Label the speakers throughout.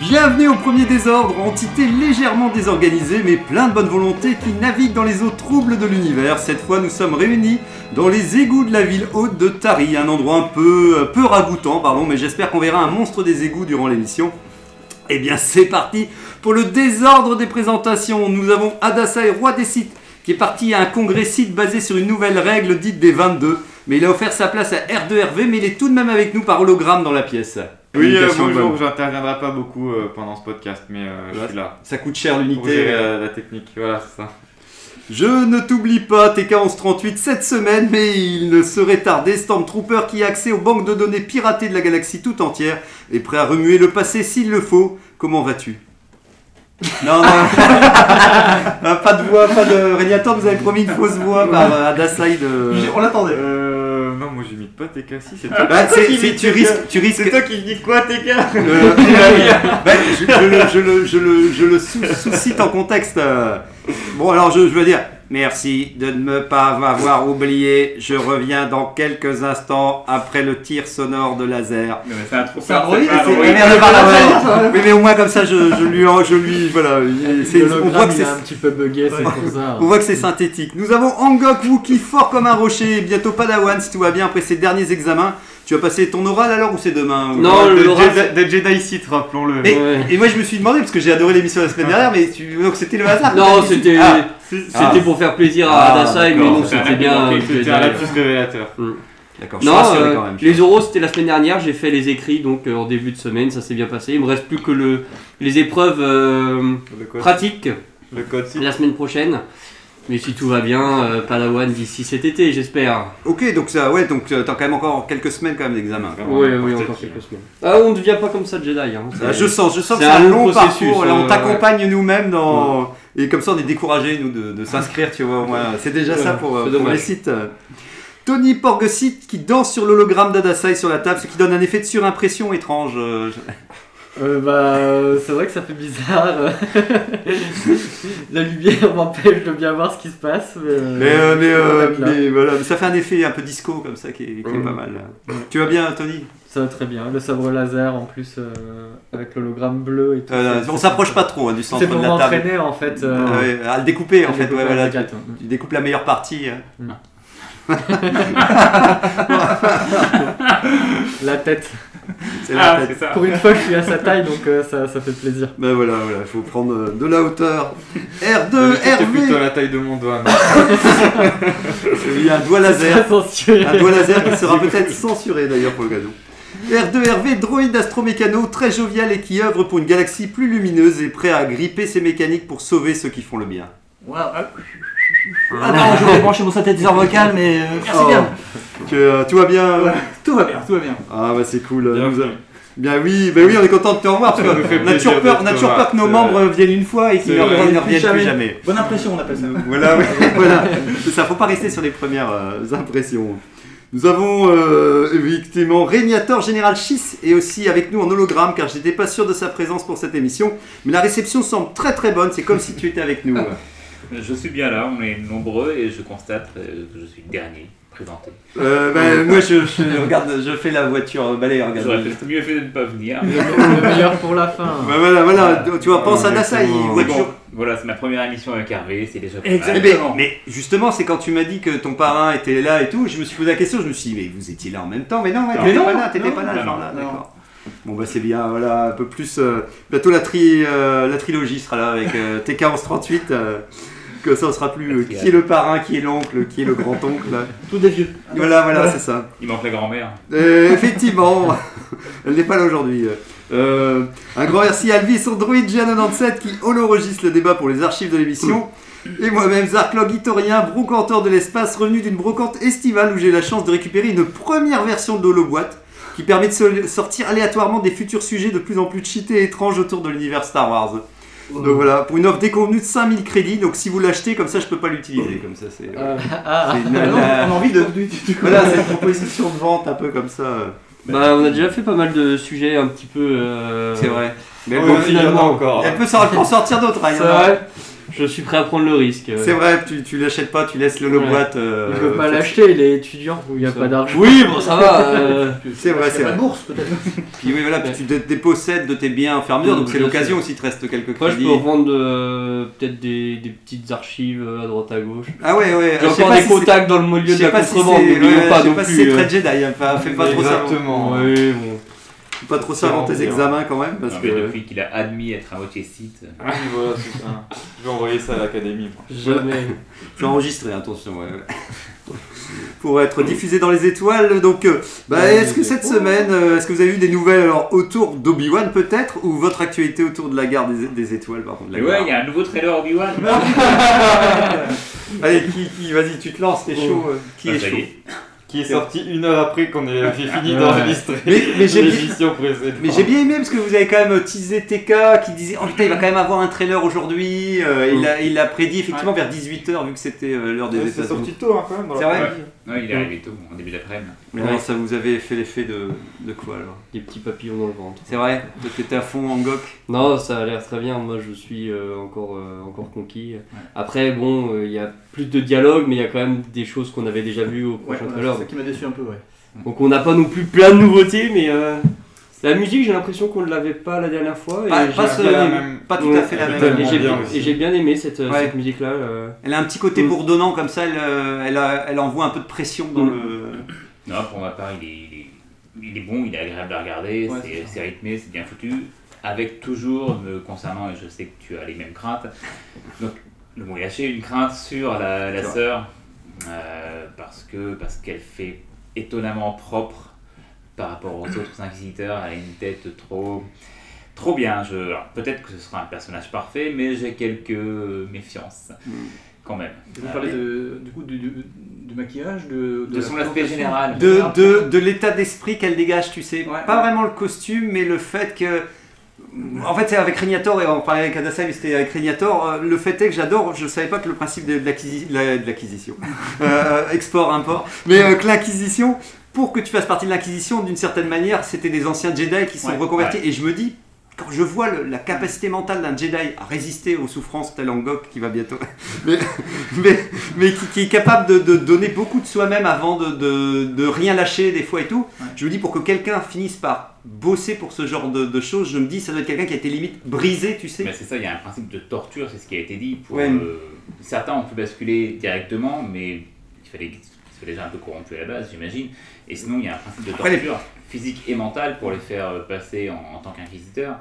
Speaker 1: Bienvenue au premier désordre, entité légèrement désorganisée mais plein de bonne volonté qui navigue dans les eaux troubles de l'univers. Cette fois, nous sommes réunis dans les égouts de la ville haute de Tari, un endroit un peu, euh, peu ragoûtant, pardon, mais j'espère qu'on verra un monstre des égouts durant l'émission. Eh bien, c'est parti pour le désordre des présentations. Nous avons Adasai, roi des sites, qui est parti à un congrès site basé sur une nouvelle règle dite des 22. Mais il a offert sa place à R2RV, mais il est tout de même avec nous par hologramme dans la pièce.
Speaker 2: Oui, euh,
Speaker 1: Communication bonne.
Speaker 2: bonjour, j'interviendrai pas beaucoup euh, pendant ce podcast, mais euh, je
Speaker 1: Voilà.
Speaker 2: suis là.
Speaker 1: Ça coûte cher
Speaker 2: Pour gérer
Speaker 1: l'unité. euh,
Speaker 2: la, la technique, voilà, c'est ça.
Speaker 1: Je ne t'oublie pas, TK1138 cette semaine, mais il ne serait tardé, Stormtrooper qui a accès aux banques de données piratées de la galaxie tout entière est prêt à remuer le passé s'il le faut. Comment vas-tu Non, non, Ah, pas de voix, pas de régnateur, vous avez promis une fausse voix par euh, Adasai de...
Speaker 2: On l'attendait. Euh, non, moi j'imite pas TK, si, c'est toi.
Speaker 1: Bah, c'est-
Speaker 2: qui
Speaker 1: c'est-
Speaker 2: dis
Speaker 1: tu
Speaker 2: TK.
Speaker 1: risques, tu
Speaker 2: C'est
Speaker 1: risques
Speaker 2: toi qui dis quoi, TK
Speaker 1: Euh, ben, je, je le, je le- je le- je le sous- sous-cite en contexte. euh. Bon, alors je, je veux dire, merci de ne me pas m'avoir oublié. Je reviens dans quelques instants après le tir sonore de laser.
Speaker 3: C'est un droïde
Speaker 1: Ah, oui,
Speaker 3: c'est-
Speaker 1: merde, pardon, ouais. Oui, mais au moins comme ça, je, je lui, en- je lui, voilà. il- c'est-
Speaker 3: Le
Speaker 1: on voit que
Speaker 3: hologramme, il
Speaker 1: c'est
Speaker 3: a un petit peu bugué, c'est pour ça. hein.
Speaker 1: on voit que c'est synthétique. Nous avons Angok Wookie fort comme un rocher, bientôt Padawan si tout va bien après ses derniers examens. Tu vas passer ton oral alors ou c'est demain ou-
Speaker 3: Non, le
Speaker 2: De
Speaker 3: Laura,
Speaker 2: Jedi- de Jedi Sith, rappelons-le.
Speaker 1: Et,
Speaker 3: Ouais.
Speaker 1: et moi je me suis demandé parce que j'ai adoré l'émission la semaine dernière, mais tu... donc c'était le hasard.
Speaker 3: Ah. Non, c'était
Speaker 1: Ah,
Speaker 2: Si,
Speaker 1: Ah.
Speaker 3: c'était pour faire plaisir
Speaker 1: Ah,
Speaker 3: à Adasai, mais
Speaker 1: d'accord,
Speaker 3: non,
Speaker 1: c'est
Speaker 3: c'était bien. euh,
Speaker 2: C'était
Speaker 3: Jedi.
Speaker 2: un lapsus révélateur.
Speaker 1: D'accord. Je suis
Speaker 3: Non,
Speaker 1: rassuré
Speaker 3: euh,
Speaker 1: quand même.
Speaker 3: les oraux c'était la semaine dernière, j'ai fait les écrits donc euh, en début de semaine, ça s'est bien passé. Il me reste plus que le, les épreuves euh,
Speaker 2: Le code,
Speaker 3: pratiques
Speaker 2: le code Sith.
Speaker 3: la semaine prochaine. Mais si tout va bien, euh, Padawan d'ici cet été, j'espère.
Speaker 1: Ok, donc ça, ouais, donc euh, t'as quand même encore quelques semaines quand même d'examen.
Speaker 2: Vraiment,
Speaker 3: Oui, oui,
Speaker 2: n'importe
Speaker 3: encore
Speaker 2: qui.
Speaker 3: quelques semaines. Ah, on ne devient pas comme ça Jedi. Hein.
Speaker 1: Ah, je sens, je sens que
Speaker 3: C'est
Speaker 1: c'est un
Speaker 3: un long
Speaker 1: long
Speaker 3: processus,
Speaker 1: parcours. là, on
Speaker 3: euh,
Speaker 1: t'accompagne nous-mêmes dans et comme ça on est découragé nous de, de s'inscrire, tu vois. au moins. C'est déjà
Speaker 3: Ouais,
Speaker 1: ça pour, euh,
Speaker 3: c'est
Speaker 1: pour
Speaker 3: dommage.
Speaker 1: les sites. euh. Tony Porgesit qui danse sur l'hologramme d'Adasai sur la table, ce qui donne un effet de surimpression étrange. euh, je-
Speaker 3: Euh, bah, euh, c'est vrai que ça fait bizarre. la lumière m'empêche de bien voir ce qui se passe. Mais, euh,
Speaker 1: Mais, euh, mais, euh,
Speaker 3: voilà.
Speaker 1: mais voilà, mais ça fait un effet un peu disco comme ça qui est, qui est
Speaker 3: Mm.
Speaker 1: pas mal. Tu vas bien, Tony
Speaker 3: Ça va très bien. Le sabre laser en plus euh, avec l'hologramme bleu et tout.
Speaker 1: Euh,
Speaker 3: c'est-
Speaker 1: On s'approche pas trop hein, du centre
Speaker 3: C'est pour
Speaker 1: de la table. Ah
Speaker 3: m'entraîner en fait. euh,
Speaker 1: Ouais, à le découper en
Speaker 3: à
Speaker 1: fait,
Speaker 3: découper
Speaker 1: ouais,
Speaker 3: la
Speaker 1: voilà, tu,
Speaker 3: cagate.
Speaker 1: tu découpes la meilleure partie. hein.
Speaker 3: La tête.
Speaker 1: C'est la
Speaker 3: Ah,
Speaker 1: tête.
Speaker 2: ça.
Speaker 3: Pour une fois, je suis à sa taille donc euh, ça, ça fait plaisir.
Speaker 1: Ben voilà, voilà, faut prendre euh, de la hauteur. R2,
Speaker 2: C'était Euh, plutôt à
Speaker 1: RV
Speaker 2: la taille de mon doigt.
Speaker 1: Il y a un doigt laser. Ah,
Speaker 3: Très sensuel.
Speaker 1: Un doigt laser qui sera peut-être censuré d'ailleurs pour l'occasion. R2RV, droïde astromécano, très jovial et qui œuvre pour une galaxie plus lumineuse et prêt à gripper ses mécaniques pour sauver ceux qui font le bien.
Speaker 4: Ah non, je voulais brancher mon synthétiseur vocal, mais. euh, Merci
Speaker 1: Oh.
Speaker 4: bien.
Speaker 1: Que, euh, tout va bien euh
Speaker 4: Tout va bien, tout va bien.
Speaker 1: Ah bah c'est cool. euh,
Speaker 2: Bien
Speaker 1: nous a- Bien oui, bah oui, on est content de te revoir parce
Speaker 2: Ça nous fait
Speaker 1: qu'on a toujours
Speaker 2: plaisir
Speaker 1: peur,
Speaker 2: de
Speaker 1: on a
Speaker 2: te
Speaker 1: toujours peur
Speaker 2: voir,
Speaker 1: que nos
Speaker 2: c'est
Speaker 1: membres viennent une fois et qu'ils
Speaker 2: C'est
Speaker 1: ne
Speaker 2: vrai.
Speaker 1: reviennent
Speaker 4: Plus
Speaker 1: ne reviennent plus
Speaker 4: jamais.
Speaker 1: jamais.
Speaker 4: Bonne impression, on appelle ça.
Speaker 1: Voilà, oui, voilà. C'est ça, faut pas rester sur les premières euh, impressions. Nous avons euh, effectivement Régnator Général Schiss et aussi avec nous en hologramme car j'étais pas sûr de sa présence pour cette émission. Mais la réception semble très très bonne, c'est comme si tu étais avec nous.
Speaker 5: Je suis Eh bien là, on est nombreux et je constate euh, que je suis le dernier présenté.
Speaker 1: Euh, ben, moi je, je- regarde, je fais la voiture euh, balai, regarde.
Speaker 5: J'aurais peut-être mieux fait de ne pas venir.
Speaker 3: Le meilleur pour la fin.
Speaker 1: Ben, voilà, voilà, tu vois, pense à NASA, il
Speaker 2: Exactement.
Speaker 5: Mais
Speaker 1: voiture.
Speaker 5: bon, voilà, c'est ma première émission avec Hervé, c'est déjà pas
Speaker 1: Eh
Speaker 4: Exact.
Speaker 5: mal.
Speaker 1: ben,
Speaker 4: Exactement.
Speaker 1: mais justement, c'est quand tu m'as dit que ton parrain était là et tout, je me suis posé la question, je me suis dit, mais vous étiez là en même temps, mais non, ouais,
Speaker 4: Non.
Speaker 1: t'étais
Speaker 4: Mais
Speaker 1: pas
Speaker 4: non,
Speaker 1: là, t'étais
Speaker 4: non,
Speaker 1: pas là,
Speaker 5: non,
Speaker 1: genre là,
Speaker 4: non.
Speaker 1: d'accord. Bon bah c'est bien, voilà, un peu plus, euh, bientôt la, tri, euh, la trilogie sera là avec euh, TK1138, euh, que ça on sera plus euh, qui est le parrain, qui est l'oncle, qui est le grand-oncle.
Speaker 4: Tout des vieux.
Speaker 1: Voilà, voilà, c'est ça.
Speaker 5: Il manque la grand-mère.
Speaker 1: Euh, effectivement, elle n'est pas là aujourd'hui. Euh, un grand merci à Alvis, son druide G97 qui holoregistre le débat pour les archives de l'émission. Et moi-même, Zarklog Itorien, brocanteur de l'espace, revenu d'une brocante estivale où j'ai la chance de récupérer une première version de l'holoboîte qui permet de so- sortir aléatoirement des futurs sujets de plus en plus cheatés et étranges autour de l'univers Star Wars. Donc voilà, pour une offre déconvenue de 5000 crédits, donc si vous l'achetez, comme ça je peux pas l'utiliser, comme ça c'est...
Speaker 3: Euh, ah,
Speaker 1: c'est une-
Speaker 4: Ah non,
Speaker 1: la-
Speaker 4: on a envie de. du- du- du-
Speaker 1: Voilà, c'est une proposition de vente un peu comme ça.
Speaker 6: Bah, on a déjà fait pas mal de sujets un petit peu. euh,
Speaker 1: C'est vrai. Mais elle,
Speaker 2: Ouais,
Speaker 1: peut-
Speaker 2: ouais, il y en a
Speaker 6: finalement.
Speaker 2: encore.
Speaker 1: elle peut s'en en sortir d'autres. hein, il y
Speaker 6: C'est
Speaker 1: en a.
Speaker 6: vrai. Je suis prêt à prendre le risque.
Speaker 1: C'est vrai, tu, tu l'achètes pas, tu laisses le
Speaker 3: Ouais.
Speaker 1: boîte. euh,
Speaker 3: je peux pas
Speaker 1: faire-
Speaker 3: l'acheter, il est étudiant, où il n'y a
Speaker 6: Ça.
Speaker 3: pas d'argent.
Speaker 6: Oui, bon, ça va. euh,
Speaker 1: C'est vrai, c'est
Speaker 4: la
Speaker 1: vrai.
Speaker 4: bourse peut-être.
Speaker 1: Puis oui, voilà, puis tu te dépossèdes de tes biens fermures, donc c'est l'occasion aussi, il te reste quelques
Speaker 6: Après, je
Speaker 1: crédits.
Speaker 6: peux revendre euh, peut-être des, des petites archives euh, à droite à gauche.
Speaker 1: Ah ouais, ouais.
Speaker 6: J'ai
Speaker 1: je sais
Speaker 6: encore
Speaker 1: pas
Speaker 6: des
Speaker 1: si c'est-
Speaker 6: contacts dans le milieu
Speaker 1: je
Speaker 6: de
Speaker 1: sais
Speaker 6: la
Speaker 1: pas si c'est
Speaker 6: contrebande, n'oublions
Speaker 1: ouais,
Speaker 6: pas
Speaker 1: je sais
Speaker 6: non
Speaker 1: pas si
Speaker 6: plus.
Speaker 1: c'est
Speaker 6: euh.
Speaker 1: très hein. Jedi, hein, pas- fais pas trop ça.
Speaker 2: Exactement.
Speaker 6: Ouais, bon.
Speaker 1: fais Pas trop ça avant tes
Speaker 2: Bien.
Speaker 1: examens quand même, parce
Speaker 5: Non, mais
Speaker 1: que.
Speaker 5: Depuis qu'il a admis être un autiste,
Speaker 2: Ah oui, voilà, c'est ça. Je vais envoyer ça à l'académie. moi.
Speaker 3: Jamais.
Speaker 1: C'est enregistré, attention. ouais, ouais. Pour être diffusé dans les étoiles. Donc, euh, bah, est-ce que cette semaine, euh, est-ce que vous avez eu des nouvelles alors, autour d'Obi-Wan peut-être Ou votre actualité autour de la gare des, des étoiles, pardon de la
Speaker 5: Mais ouais,
Speaker 1: gare.
Speaker 5: il y a un nouveau trailer Obi-Wan.
Speaker 1: Allez, qui, qui- vas-y, tu te lances, t'es
Speaker 2: Oh.
Speaker 1: chaud. euh, qui
Speaker 5: Ah,
Speaker 1: est
Speaker 5: ça
Speaker 1: chaud
Speaker 5: y est.
Speaker 2: Qui est sorti une heure après qu'on ait j'ai fini d'enregistrer
Speaker 1: Mais- mais j'ai bien-
Speaker 2: l'émission précédente.
Speaker 1: Mais j'ai bien aimé parce que vous avez quand même euh, teasé TK qui disait Oh putain,
Speaker 2: Mm.
Speaker 1: il va quand même avoir un trailer aujourd'hui. Euh, il, a, il l'a prédit effectivement vers 18h vu que c'était euh, l'heure des
Speaker 2: Ouais, C'est
Speaker 1: États-Unis.
Speaker 2: sorti tôt hein, quand même. dans
Speaker 1: C'est
Speaker 2: la-
Speaker 1: vrai
Speaker 5: Non, il est arrivé tôt, en début d'après-midi.
Speaker 1: Mais non, ça vous avait fait l'effet de, de quoi alors
Speaker 6: Des petits papillons dans le ventre.
Speaker 1: C'est vrai Toi, T'étais à fond en goc
Speaker 6: Non, ça a l'air très bien. Moi, je suis euh, encore, euh, encore conquis. Après, bon, euh, il y a plus de dialogue, mais il y a quand même des choses qu'on avait déjà vues au
Speaker 4: Ouais,
Speaker 6: prochain
Speaker 4: voilà,
Speaker 6: trailer.
Speaker 4: c'est ça qui m'a déçu un peu, ouais.
Speaker 6: Donc, on n'a pas non plus plein de nouveautés, mais euh, la musique, j'ai l'impression qu'on ne l'avait pas la dernière fois. Et
Speaker 1: Pas-
Speaker 6: j'ai-
Speaker 1: pas
Speaker 2: Pas
Speaker 1: ce-
Speaker 2: la même-
Speaker 1: Pas tout à
Speaker 6: Ouais,
Speaker 1: fait la
Speaker 6: et
Speaker 1: même.
Speaker 6: j'ai-
Speaker 2: totalement.
Speaker 6: et
Speaker 2: bien
Speaker 6: j'ai-
Speaker 2: aussi.
Speaker 6: Et j'ai bien aimé cette, euh,
Speaker 1: Ouais.
Speaker 6: cette musique-là. euh.
Speaker 1: Elle a un petit côté
Speaker 6: Mm.
Speaker 1: bourdonnant comme ça, elle, euh, elle, a- elle envoie un peu de pression dans
Speaker 6: Mm.
Speaker 1: le.
Speaker 5: Non, pour ma part, il est, il est, il est bon, il est agréable à regarder,
Speaker 4: Ouais,
Speaker 5: c'est-
Speaker 4: c'est ça.
Speaker 5: c'est rythmé, c'est bien foutu. Avec toujours, me concernant, et je sais que tu as les mêmes craintes, donc le mot lâché, une crainte sur la, la sœur, euh, parce que parce qu'elle fait étonnamment propre par rapport aux autres inquisiteurs, elle a une tête trop. Trop bien, je... alors, peut-être que ce sera un personnage parfait, mais j'ai quelques méfiances
Speaker 4: Hmm.
Speaker 5: quand même.
Speaker 4: Vous parlez de, du coup du, du- du maquillage, de,
Speaker 5: De
Speaker 4: la
Speaker 5: son aspect
Speaker 4: présentation.
Speaker 5: général.
Speaker 1: de, de, de l'état d'esprit qu'elle dégage, tu sais.
Speaker 4: Ouais.
Speaker 1: pas vraiment le costume, mais le fait que. En fait, c'est avec Régnator, et on parlait avec Adassa, mais c'était avec Régnator. euh, Le fait est que j'adore, je savais pas que le principe de, de l'acquisi- de la- de l'acquisition, euh, export, import, mais euh, que l'acquisition, pour que tu fasses partie de l'acquisition, d'une certaine manière, c'était des anciens Jedi qui sont
Speaker 5: Ouais,
Speaker 1: reconvertis. Et je me dis, quand je vois le- la capacité mentale d'un Jedi à résister aux souffrances tel Angok qui va bientôt. mais, mais, mais qui, qui est capable de, de donner beaucoup de soi-même avant de, de- de rien lâcher des fois et tout. Je me dis, pour que quelqu'un finisse par bosser pour ce genre de, de choses, je me dis, ça doit être quelqu'un qui a été limite brisé, tu sais.
Speaker 5: Mais c'est ça, il y a un principe de torture, c'est ce qui a été dit. Pour,
Speaker 1: Ouais.
Speaker 5: euh, certains ont pu basculer directement, mais il fallait qu'ils soient déjà un peu corrompus à la base, j'imagine. Et sinon, il y a un principe de
Speaker 1: Après, les-
Speaker 5: torture physique et mentale pour les faire euh, passer en, en tant qu'inquisiteur.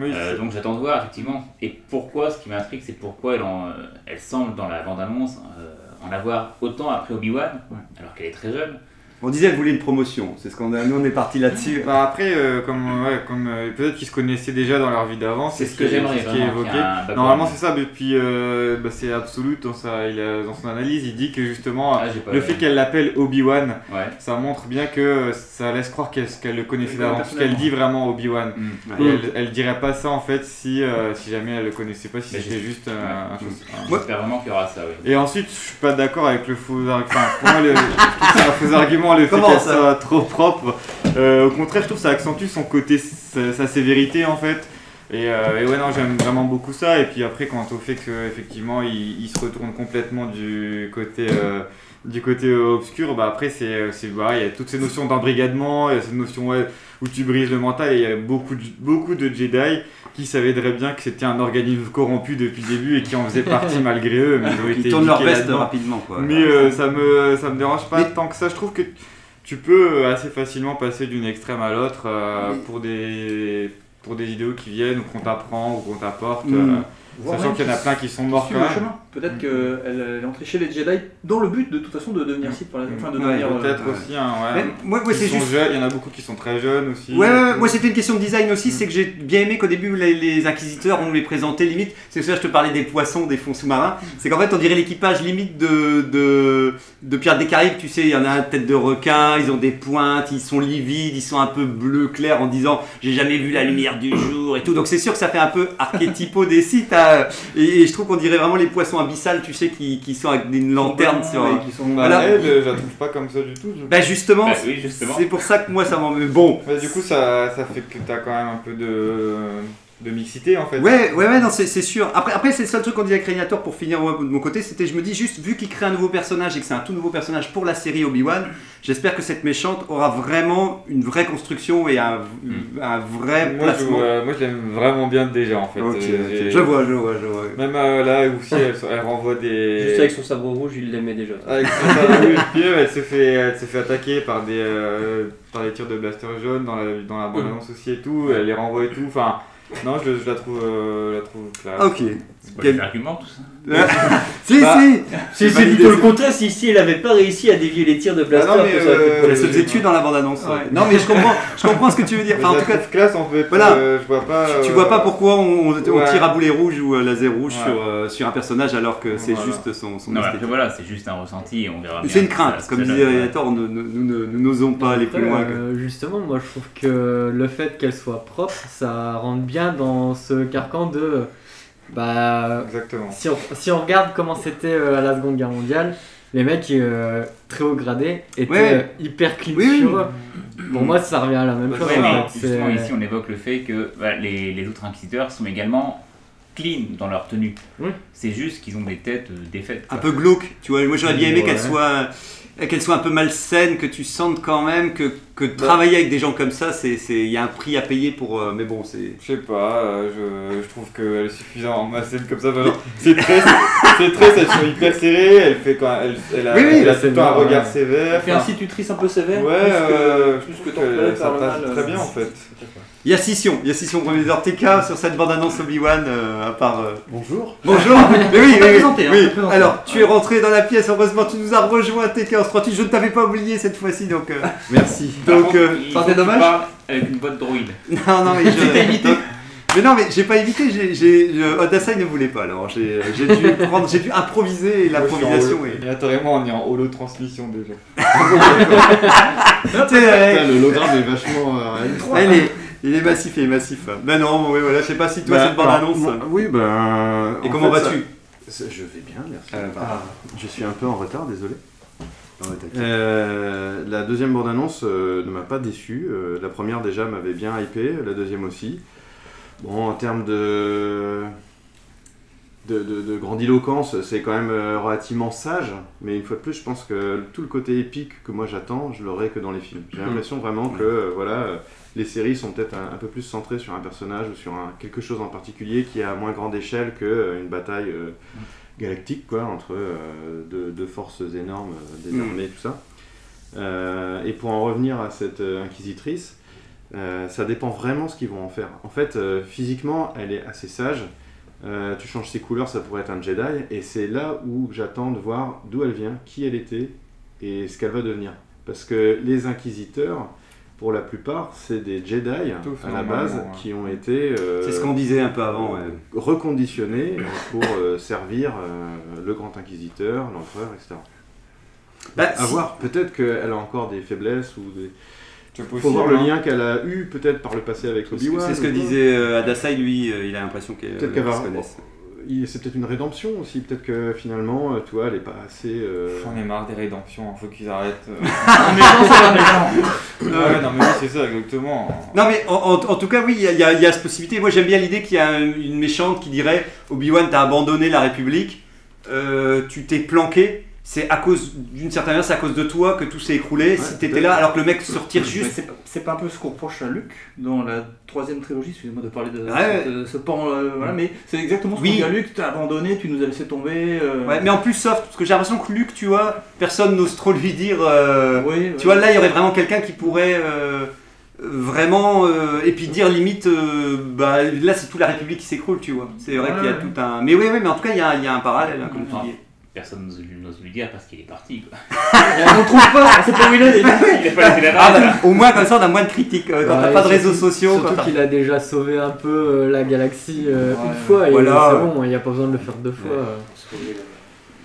Speaker 5: Euh,
Speaker 2: Oui, c'est-
Speaker 5: donc j'attends de voir, effectivement. Et pourquoi, ce qui m'intrigue, c'est pourquoi elle, en- euh, elle semble, dans la bande-annonce, euh, en avoir autant après Obi-Wan, alors qu'elle est très jeune.
Speaker 1: On disait, elle voulait une promotion, c'est ce qu'on a, nous on est parti là-dessus.
Speaker 2: Bah, après, euh, comme, ouais, comme euh, peut-être qu'ils se connaissaient déjà dans leur vie d'avant,
Speaker 5: C'est ce que j'aimerais
Speaker 2: c'est ce qui est
Speaker 5: vraiment, qu'il
Speaker 2: évoqué.
Speaker 5: y a un background.
Speaker 2: Normalement, c'est ça. Depuis, euh, bah, c'est absolu dans sa, il a- dans son analyse, il dit que justement,
Speaker 5: Ah, j'ai pas-
Speaker 2: le fait qu'elle l'appelle Obi-Wan,
Speaker 5: Ouais.
Speaker 2: ça montre bien que euh, ça laisse croire qu'elle qu'elle le connaissait
Speaker 4: Oui,
Speaker 2: d'avant, parce qu'elle
Speaker 4: personnellement.
Speaker 2: dit vraiment Obi-Wan.
Speaker 5: Mm.
Speaker 2: Et Elle, elle dirait pas ça en fait si, euh, si jamais elle le connaissait pas, si
Speaker 5: Mais
Speaker 2: c'était
Speaker 5: j'ai-
Speaker 2: juste euh,
Speaker 5: Ouais.
Speaker 2: un chose- un-
Speaker 5: J'espère vraiment qu'il y aura ça, oui.
Speaker 2: Et ensuite, je suis pas d'accord avec le faux argument. Enfin, pour moi, le... je trouve que c'est un faux argument, le fait
Speaker 1: Comment
Speaker 2: qu'elle
Speaker 1: ça
Speaker 2: soit trop propre. Euh, au contraire, je trouve que ça accentue son côté, sa, sa sévérité en fait. Et, euh, et ouais, non, j'aime vraiment beaucoup ça. Et puis après, quant au fait qu'effectivement, il, il se retourne complètement du côté. euh, du côté euh, obscur, bah après c'est c'est- voilà, il y a toutes ces notions d'embrigadement, il y a cette notion ouais, où tu brises le mental et il y a beaucoup de, beaucoup de Jedi qui savaient très bien que c'était un organisme corrompu depuis le début et qui en faisait partie malgré eux, mais ils ont été
Speaker 1: Ils tournent leur
Speaker 2: éduqués
Speaker 1: veste hein.
Speaker 2: là-dedans.
Speaker 1: rapidement, quoi.
Speaker 2: Mais euh, ça me ça me dérange pas
Speaker 1: Mais-
Speaker 2: tant que ça. Je trouve que tu peux euh, assez facilement passer d'une extrême à l'autre euh,
Speaker 1: Mais-
Speaker 2: pour des pour des idéaux qui viennent ou qu'on t'apprend ou qu'on t'apporte.
Speaker 1: Mm.
Speaker 2: euh,
Speaker 4: voire
Speaker 2: Sachant
Speaker 4: même
Speaker 2: qu'il y en a plein qui sont morts
Speaker 7: Suivre
Speaker 2: quand
Speaker 7: le
Speaker 2: même.
Speaker 7: chemin.
Speaker 8: Mm.
Speaker 7: Peut-être qu'elle elle est entrée chez les Jedi dans le but de toute façon de
Speaker 8: Mm.
Speaker 7: devenir Sith pour la enfin, de
Speaker 2: Ouais,
Speaker 7: devenir. euh,
Speaker 2: Peut-être aussi, hein, ouais.
Speaker 1: Mais moi- moi,
Speaker 2: Ils
Speaker 1: c'est
Speaker 2: sont
Speaker 1: juste-
Speaker 2: jeunes, il y en a beaucoup qui sont très jeunes aussi.
Speaker 5: Mmh.
Speaker 1: Ouais, ouais, ouais, moi c'était une question de design aussi, c'est que j'ai bien aimé qu'au début les, les inquisiteurs on les présentait limite, c'est pour ça que je te parlais des poissons, des fonds sous-marins,
Speaker 5: Mmh.
Speaker 1: c'est qu'en fait on dirait l'équipage limite de, de, de Pirates des Caraïbes, tu sais, il y en a un tête de requin, ils ont des pointes, ils sont livides, ils sont un peu bleu clair en disant j'ai jamais vu la lumière du jour et tout, donc c'est sûr que ça fait un peu archétypaux des sites, hein. et, et je trouve qu'on dirait vraiment les poissons abyssales, tu sais, qui, qui sont avec une lanterne sur...
Speaker 2: Ouais, qui sont
Speaker 1: Voilà.
Speaker 2: elle, je la trouve pas comme ça du tout. je-
Speaker 1: Bah justement,
Speaker 5: Bah oui, justement.
Speaker 1: c'est pour ça que moi ça m'en... mais Bon,
Speaker 2: Ouais, du coup, ça, ça fait que t'as quand même un peu de, de mixité en fait.
Speaker 1: Ouais, ouais, ouais, non, c'est c'est sûr. Après, après c'est le seul truc qu'on dit à Créator pour finir moi, de mon côté, c'était je me dis juste, vu qu'il crée un nouveau personnage et que c'est un tout nouveau personnage pour la série Obi-Wan, j'espère que cette méchante aura vraiment une vraie construction et un, un vrai
Speaker 2: Moi, je,
Speaker 1: placement.
Speaker 2: euh, moi, je l'aime vraiment bien déjà en fait.
Speaker 1: Ok, ok.
Speaker 2: Euh, j'ai-
Speaker 1: Je vois, je vois, je vois.
Speaker 2: Même euh, là aussi, elle, elle renvoie des.
Speaker 6: Juste avec son sabre rouge, il l'aimait déjà.
Speaker 2: Avec son sabre rouge, puis elle se fait, elle se fait attaquer par des, euh, par des tirs de blaster jaune dans la, dans la bande annonce aussi et tout. Elle les renvoie et tout. Enfin, non, je, je la trouve, euh, je la trouve classe.
Speaker 1: Ah, Ok.
Speaker 5: C'est pas des arguments, tout ça.
Speaker 1: Si,
Speaker 2: Bah,
Speaker 1: si
Speaker 6: C'est c'est plutôt le contraire, si ici il avait pas réussi à dévier les tirs de blaster,
Speaker 2: Ah non, mais,
Speaker 6: que ça aurait
Speaker 2: euh,
Speaker 6: fait
Speaker 1: Elle
Speaker 6: problème.
Speaker 1: se faisait tuer dans la bande-annonce. ouais. Non, mais je comprends, je comprends ce que tu veux dire.
Speaker 2: Mais
Speaker 1: Enfin, en
Speaker 2: je
Speaker 1: tout
Speaker 2: la
Speaker 1: cas,
Speaker 2: trouve classe en fait.
Speaker 1: voilà.
Speaker 2: euh, je vois pas.
Speaker 1: tu
Speaker 2: euh,
Speaker 1: vois pas pourquoi on, on- on
Speaker 2: Ouais.
Speaker 1: tire à boulet rouge ou à laser rouge
Speaker 2: Ouais.
Speaker 1: sur, euh, sur un personnage alors que c'est
Speaker 2: Voilà.
Speaker 1: juste son, son
Speaker 5: Non, mais
Speaker 1: esthétique.
Speaker 5: après, voilà, c'est juste un ressenti et on verra bien.
Speaker 1: Ah, C'est une
Speaker 5: Ça-
Speaker 1: crainte,
Speaker 5: ça
Speaker 1: comme
Speaker 5: donne.
Speaker 1: disait Ariator, nous ne- nous ne- nous n'osons pas aller plus
Speaker 3: Après,
Speaker 1: loin.
Speaker 3: euh, justement, moi je trouve que le fait qu'elle soit propre, ça rentre bien dans ce carcan de. euh, Bah.
Speaker 2: Exactement.
Speaker 3: Si on, si on regarde comment c'était euh, à la Seconde Guerre mondiale, les mecs euh, très haut gradés étaient
Speaker 1: Ouais.
Speaker 3: euh, hyper clean
Speaker 1: Oui, oui.
Speaker 3: sur eux. Pour moi, ça revient à la même
Speaker 2: Ouais,
Speaker 3: chose.
Speaker 5: Ouais,
Speaker 3: en
Speaker 5: mais
Speaker 7: hein.
Speaker 3: fait. C'est-
Speaker 5: justement, ici, on évoque le fait que bah, les, les autres inquisiteurs sont également clean dans leur tenue.
Speaker 3: Oui.
Speaker 5: C'est juste qu'ils ont des têtes euh, défaites.
Speaker 1: Un
Speaker 5: quoi.
Speaker 1: peu glauque, tu vois. Moi j'aurais bien aimé qu'elle
Speaker 3: Ouais.
Speaker 1: soit, qu'elle soit un peu malsaine, que tu sentes quand même que, que travailler avec des gens comme ça, c'est, c'est, il y a un prix à payer pour. euh, mais bon, c'est.
Speaker 2: Je sais pas, euh, je, je trouve qu'elle est suffisamment massive comme ça. vraiment. C'est très, c'est très, elles sont hyper serrées, elle fait quand elle, elle a,
Speaker 1: Oui, oui,
Speaker 2: elle a
Speaker 3: c'est
Speaker 2: tout le temps un
Speaker 3: bien,
Speaker 2: regard
Speaker 3: ouais.
Speaker 2: sévère.
Speaker 7: Elle fait un
Speaker 2: enfin,
Speaker 7: institutrice un peu sévère.
Speaker 2: Ouais,
Speaker 7: plus que-
Speaker 2: euh,
Speaker 7: plus
Speaker 2: je
Speaker 7: que
Speaker 2: trouve
Speaker 7: templée,
Speaker 2: que ça
Speaker 7: par
Speaker 2: passe
Speaker 7: mal,
Speaker 2: très
Speaker 7: euh,
Speaker 2: bien en fait.
Speaker 1: Il y a Scission, il y a Scission premier heures TK sur cette bande-annonce Obi-Wan, euh, à part. euh,
Speaker 7: Bonjour.
Speaker 1: Bonjour Mais
Speaker 7: On
Speaker 1: oui, oui,
Speaker 7: t'a
Speaker 1: oui,
Speaker 7: présenté, hein,
Speaker 1: oui.
Speaker 7: on t'a présenté.
Speaker 1: Alors, tu es rentré dans la pièce, heureusement, tu nous as rejoint TK en 38, je ne t'avais pas oublié cette fois-ci, donc. euh,
Speaker 8: Merci.
Speaker 5: Par
Speaker 1: donc.
Speaker 5: contre,
Speaker 1: euh,
Speaker 5: ils
Speaker 7: ça,
Speaker 5: font
Speaker 7: c'est
Speaker 5: du
Speaker 7: dommage.
Speaker 5: pas Avec une boîte droïde.
Speaker 1: Non, non, mais je. Donc- Mais non, mais j'ai pas évité, j'ai, j'ai, je- Odasai ne voulait pas alors, j'ai, j'ai dû prendre, j'ai dû improviser et l'improvisation est.
Speaker 2: Et attends, et moi on est en holo-transmission déjà.
Speaker 1: Tu sais, elle-
Speaker 8: Putain, le hologramme est vachement. euh,
Speaker 1: elle est- Ah, il est massif, il est massif. Ben non, oui, voilà, je sais pas si toi
Speaker 8: Bah,
Speaker 1: cette bande annonce.
Speaker 8: alors, moi- Oui, ben.
Speaker 1: Et
Speaker 8: en
Speaker 1: comment
Speaker 8: fait,
Speaker 1: vas-tu
Speaker 8: ça- ça- Je vais bien, merci.
Speaker 1: Euh, bah.
Speaker 8: Ah, Je suis un peu en retard, désolé. Euh, la deuxième bande-annonce euh, ne m'a pas déçu. Euh, la première déjà m'avait bien hypé, la deuxième aussi. Bon, en termes de... De, de- de grandiloquence, c'est quand même euh, relativement sage, mais une fois de plus, je pense que tout le côté épique que moi j'attends, je l'aurai que dans les films. J'ai l'impression vraiment que euh, voilà, euh, les séries sont peut-être un, un peu plus centrées sur un personnage ou sur un- quelque chose en particulier qui est à moins grande échelle qu'une bataille euh, galactique, quoi, entre euh, deux, deux forces énormes, euh, des
Speaker 1: Mm.
Speaker 8: armées, tout ça. Euh, et pour en revenir à cette euh, inquisitrice, euh, ça dépend vraiment ce qu'ils vont en faire. En fait, euh, physiquement, elle est assez sage. Euh, tu changes ses couleurs, ça pourrait être un Jedi. Et c'est là où j'attends de voir d'où elle vient, qui elle était et ce qu'elle va devenir. Parce que les inquisiteurs, pour la plupart, c'est des Jedi
Speaker 2: Tout fait
Speaker 8: à la base
Speaker 2: normalement, ouais.
Speaker 8: qui ont été euh,
Speaker 1: C'est ce qu'on disait un peu avant. ouais.
Speaker 8: reconditionnés pour euh, servir euh, le grand inquisiteur, l'empereur, etc.
Speaker 1: Bah,
Speaker 8: À
Speaker 1: si-
Speaker 8: voir, peut-être qu'elle a encore des faiblesses ou des.
Speaker 2: Tu peux
Speaker 8: Il
Speaker 2: aussi,
Speaker 8: faut voir le
Speaker 2: hein.
Speaker 8: lien qu'elle a eu peut-être par le passé avec
Speaker 1: C'est ce que-
Speaker 8: Obi-Wan.
Speaker 1: c'est ce que
Speaker 8: ou quoi.
Speaker 1: disait euh, Adasai, lui, euh, il a l'impression qu'elle
Speaker 8: Peut-être qu'elle
Speaker 1: euh,
Speaker 8: va-
Speaker 1: se connaissent.
Speaker 8: Il- C'est peut-être une rédemption aussi. Peut-être que finalement, euh, tu vois, elle est pas assez. euh,
Speaker 2: J'en ai marre des rédemptions, faut qu'ils arrêtent. euh.
Speaker 1: Euh,
Speaker 2: ouais, non, mais oui, c'est ça, exactement.
Speaker 1: Non mais en, en- en tout cas oui, il y, a- il y a il y a cette possibilité. Moi j'aime bien l'idée qu'il y a un- une méchante qui dirait Obi-Wan t'as abandonné la République, euh, tu t'es planqué, c'est à cause d'une certaine manière c'est à cause de toi que tout s'est écroulé. si t'étais
Speaker 8: peut-être.
Speaker 1: là alors que le mec se retire
Speaker 7: Mais
Speaker 1: juste.
Speaker 7: c'est- C'est pas un peu ce qu'on reproche à Luc dans la troisième trilogie, excusez-moi de parler de
Speaker 1: Ouais, Mm.
Speaker 7: cette- euh, ce pan, euh, voilà, mais c'est exactement ce
Speaker 1: Oui.
Speaker 7: qu'on dit à Luc, t'as abandonné, tu nous as laissé tomber. euh,
Speaker 1: Ouais, mais en plus soft parce que j'ai l'impression que Luc tu vois personne n'ose trop lui dire. euh,
Speaker 7: ouais, ouais.
Speaker 1: Tu vois là il y aurait vraiment quelqu'un qui pourrait euh, vraiment euh, et puis dire limite euh, bah, là c'est toute la République qui s'écroule tu vois c'est vrai
Speaker 5: Ouais,
Speaker 1: qu'il y a
Speaker 5: ouais.
Speaker 1: tout un mais oui oui mais en tout cas il y, a un- il y a un parallèle hein, comme tu
Speaker 5: Enfin,
Speaker 1: dis
Speaker 5: Personne n'ose lui- n'ose lui dire parce qu'il est parti. Quoi.
Speaker 1: on le trouve pas c'est pas où il est
Speaker 5: Il a pas laissé la
Speaker 1: Ah,
Speaker 5: rade.
Speaker 1: bah, au moins comme ça on a moins de critiques euh,
Speaker 6: Bah,
Speaker 1: quand
Speaker 3: Ouais,
Speaker 1: t'as pas de
Speaker 3: surtout-
Speaker 1: réseaux sociaux quand
Speaker 3: Surtout
Speaker 1: t'as-
Speaker 3: qu'il a déjà sauvé un peu euh, la galaxie euh,
Speaker 1: Ouais.
Speaker 3: une fois et
Speaker 1: Voilà.
Speaker 3: c'est bon, il n'y a pas besoin de le faire deux fois. euh.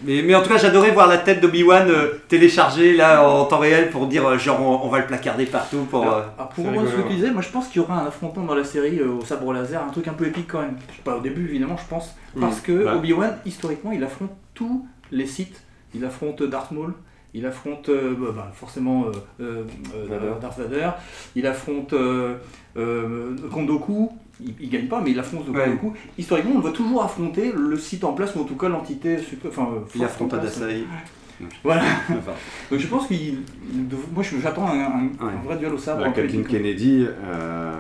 Speaker 1: mais, mais en tout cas j'adorais voir la tête d'Obi-Wan euh, téléchargée là en temps réel pour dire euh, genre on, on va le placarder partout pour euh,
Speaker 7: Alors, pour reprendre ce que tu disais, moi je pense qu'il y aura un affrontement dans la série euh, au sabre laser, un truc un peu épique quand même. Pas au début évidemment, je pense. Parce
Speaker 1: Mm,
Speaker 7: que
Speaker 1: bah.
Speaker 7: Obi-Wan, historiquement, il affronte tous les sites. Il affronte Darth Maul, il affronte euh, bah, bah, forcément euh, euh, euh,
Speaker 6: Vader.
Speaker 7: Darth Vader, il affronte euh, euh, Kondoku. Il, il gagne pas, mais il affronte Kondoku. Historiquement, on le voit toujours affronter le site en place, ou en tout cas l'entité. sup- Enfin, euh,
Speaker 1: Il
Speaker 7: force
Speaker 1: affronte
Speaker 7: en place.
Speaker 1: Adasai.
Speaker 7: Voilà. Donc je pense qu'il. Moi je- j'attends un, un- un vrai duel au sabre.
Speaker 8: Bah,
Speaker 7: entre les
Speaker 8: Kathleen
Speaker 7: deux.
Speaker 8: Kennedy euh,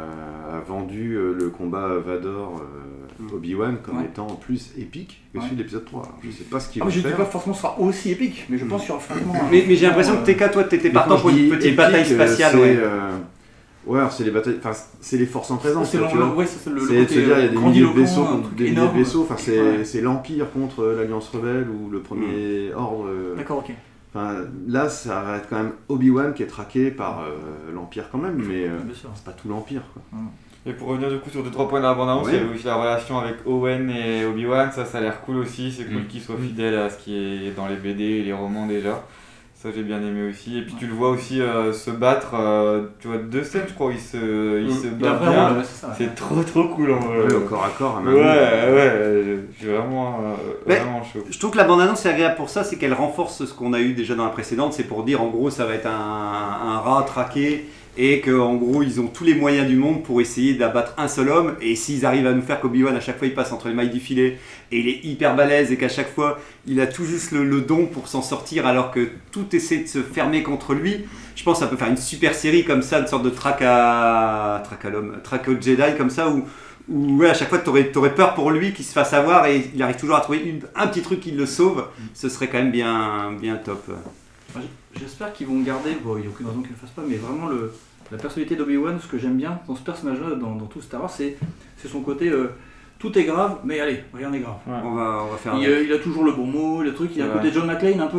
Speaker 8: a vendu euh, le combat Vador euh, Obi-Wan comme
Speaker 7: Ouais.
Speaker 8: étant plus épique que
Speaker 7: Ouais.
Speaker 8: celui de l'épisode 3. Alors, je sais pas ce qu'il
Speaker 7: Ah,
Speaker 8: va
Speaker 7: mais je ne dis
Speaker 8: faire.
Speaker 7: pas forcément ce sera aussi épique, mais je pense qu'il y aura franchement.
Speaker 1: Mais- mais j'ai l'impression que TK, toi, t'étais partant pour une petite bataille spatiale,
Speaker 8: Ouais,
Speaker 1: ouais.
Speaker 8: euh, ouais alors, c'est les batailles, enfin c'est les forces en présence.
Speaker 7: C'est
Speaker 8: quoi,
Speaker 7: le-
Speaker 8: tu vois.
Speaker 7: le- ouais, c'est le- le
Speaker 8: C'est de se
Speaker 7: côté, euh,
Speaker 8: dire il y a des milliers de
Speaker 7: grandiloquent,
Speaker 8: vaisseaux
Speaker 7: un
Speaker 8: contre
Speaker 7: truc
Speaker 8: des milliers
Speaker 7: énorme.
Speaker 8: de vaisseaux. Enfin c'est
Speaker 7: Ouais. Hmm.
Speaker 8: c'est l'Empire contre euh, l'Alliance rebelle ou le premier ordre. euh,
Speaker 7: D'accord, ok.
Speaker 8: Enfin, là, ça va être quand même Obi-Wan qui est traqué par euh, l'Empire quand même, mais euh,
Speaker 7: Bien sûr.
Speaker 8: c'est pas tout l'Empire. quoi.
Speaker 2: Et pour revenir du coup sur deux trois points de la bande annonce,
Speaker 8: Oui.
Speaker 2: il y avait aussi la relation avec Owen et Obi-Wan, ça ça a l'air cool aussi, c'est cool qu'ils soient
Speaker 8: Mm.
Speaker 2: fidèles à ce qui est dans les BD et les romans déjà. Ça j'ai bien aimé aussi. Et puis tu le vois aussi euh, se battre, euh, tu vois deux scènes je crois, il se, il
Speaker 8: Mm.
Speaker 2: se
Speaker 8: Il a
Speaker 2: bat
Speaker 7: Ah,
Speaker 8: vraiment-
Speaker 2: bien.
Speaker 8: ouais, c'est ça, ouais.
Speaker 2: C'est trop trop cool en vrai.
Speaker 8: Ouais, au corps à corps, à main
Speaker 2: Ouais,
Speaker 8: nue.
Speaker 2: ouais, je suis vraiment, euh,
Speaker 1: Mais
Speaker 2: vraiment chaud.
Speaker 1: Je trouve que la bande-annonce est agréable pour ça, c'est qu'elle renforce ce qu'on a eu déjà dans la précédente. C'est pour dire, en gros, ça va être un, un rat traqué et qu'en gros, ils ont tous les moyens du monde pour essayer d'abattre un seul homme. Et s'ils arrivent à nous faire qu'Obi-Wan, à chaque fois, il passe entre les mailles du filet et il est hyper balèze et qu'à chaque fois, il a tout juste le, le don pour s'en sortir alors que tout essaie de se fermer contre lui. Je pense que ça peut faire une super série comme ça, une sorte de traque à, traque à l'homme, traque au Jedi comme ça, où où ouais, à chaque fois t'aurais aurais peur pour lui qu'il se fasse avoir et il arrive toujours à trouver une- un petit truc qui le sauve,
Speaker 7: Mm.
Speaker 1: ce serait quand même bien, bien top.
Speaker 7: Enfin, j- J'espère qu'ils vont garder, bon, il n'y a aucune raison qu'ils ne le fassent pas, mais vraiment le, la personnalité d'Obi-Wan, ce que j'aime bien dans ce personnage-là, dans, dans tout Star Wars, c'est c'est son côté euh, tout est grave, mais allez, rien n'est grave.
Speaker 1: On, va, on va faire
Speaker 7: Il,
Speaker 1: un-
Speaker 7: euh, il a toujours le bon mot, le truc, il a un
Speaker 1: Ouais.
Speaker 7: côté John McClane un peu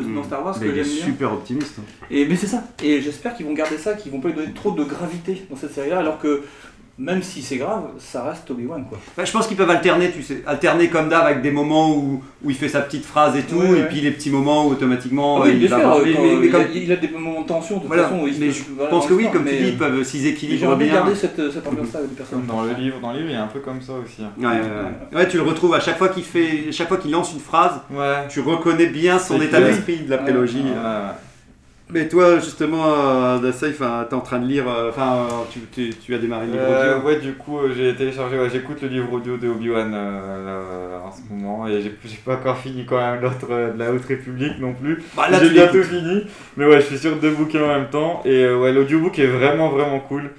Speaker 7: euh, dans Star Wars
Speaker 8: Mm. Mais
Speaker 7: que
Speaker 8: il est
Speaker 7: j'aime bien.
Speaker 8: super optimiste. hein.
Speaker 7: Et, mais c'est ça. Et j'espère qu'ils vont garder ça, qu'ils vont pas lui donner trop de gravité dans cette série-là, alors que même si c'est grave, Ah, ça reste Obi-Wan quoi.
Speaker 1: Bah, je pense qu'ils peuvent alterner, tu sais, alterner comme d'hab avec des moments où, où il fait sa petite phrase et tout,
Speaker 7: Ouais, ouais.
Speaker 1: et puis les petits moments où automatiquement
Speaker 7: oui,
Speaker 1: euh,
Speaker 7: bien
Speaker 1: va
Speaker 7: sûr,
Speaker 1: voir- mais-
Speaker 7: quand
Speaker 1: mais- mais
Speaker 7: il, a-
Speaker 1: comme-
Speaker 7: il a des moments de tension de toute
Speaker 1: Voilà,
Speaker 7: façon. il se-
Speaker 1: mais je
Speaker 7: voilà,
Speaker 1: pense que
Speaker 7: dans
Speaker 1: oui,
Speaker 7: l'histoire,
Speaker 1: comme tu
Speaker 7: mais,
Speaker 1: dis,
Speaker 7: euh,
Speaker 1: ils peuvent s'ils équilibrent
Speaker 7: J'ai envie de
Speaker 1: bien.
Speaker 7: garder cette, euh, cette ambiance-là avec le personnage.
Speaker 2: Comme dans le livre, dans le livre il y a un peu comme ça aussi. hein.
Speaker 1: Ouais, ouais, ouais. Ouais, tu le retrouves à chaque fois qu'il fait, chaque fois qu'il lance une phrase, tu reconnais bien son
Speaker 2: C'est
Speaker 1: état
Speaker 2: clair.
Speaker 1: d'esprit de la
Speaker 2: Ouais.
Speaker 1: prélogie. euh.
Speaker 2: Ouais, ouais.
Speaker 1: Mais toi, justement, euh, Dassaï, enfin, t'es en train de lire, euh, enfin, euh, tu, tu- tu as démarré le livre
Speaker 2: Euh,
Speaker 1: audio.
Speaker 2: ouais, du coup, euh, j'ai téléchargé, ouais, j'écoute le livre audio de Obi-Wan euh, là, en ce moment et j'ai j'ai pas encore fini quand même l'autre euh, de la Haute République non plus.
Speaker 1: Bah, là,
Speaker 2: j'ai
Speaker 1: tu
Speaker 2: bientôt
Speaker 1: l'écoutes.
Speaker 2: fini, mais ouais, je suis sur deux bouquins en même temps et euh, ouais, l'audiobook est vraiment vraiment cool.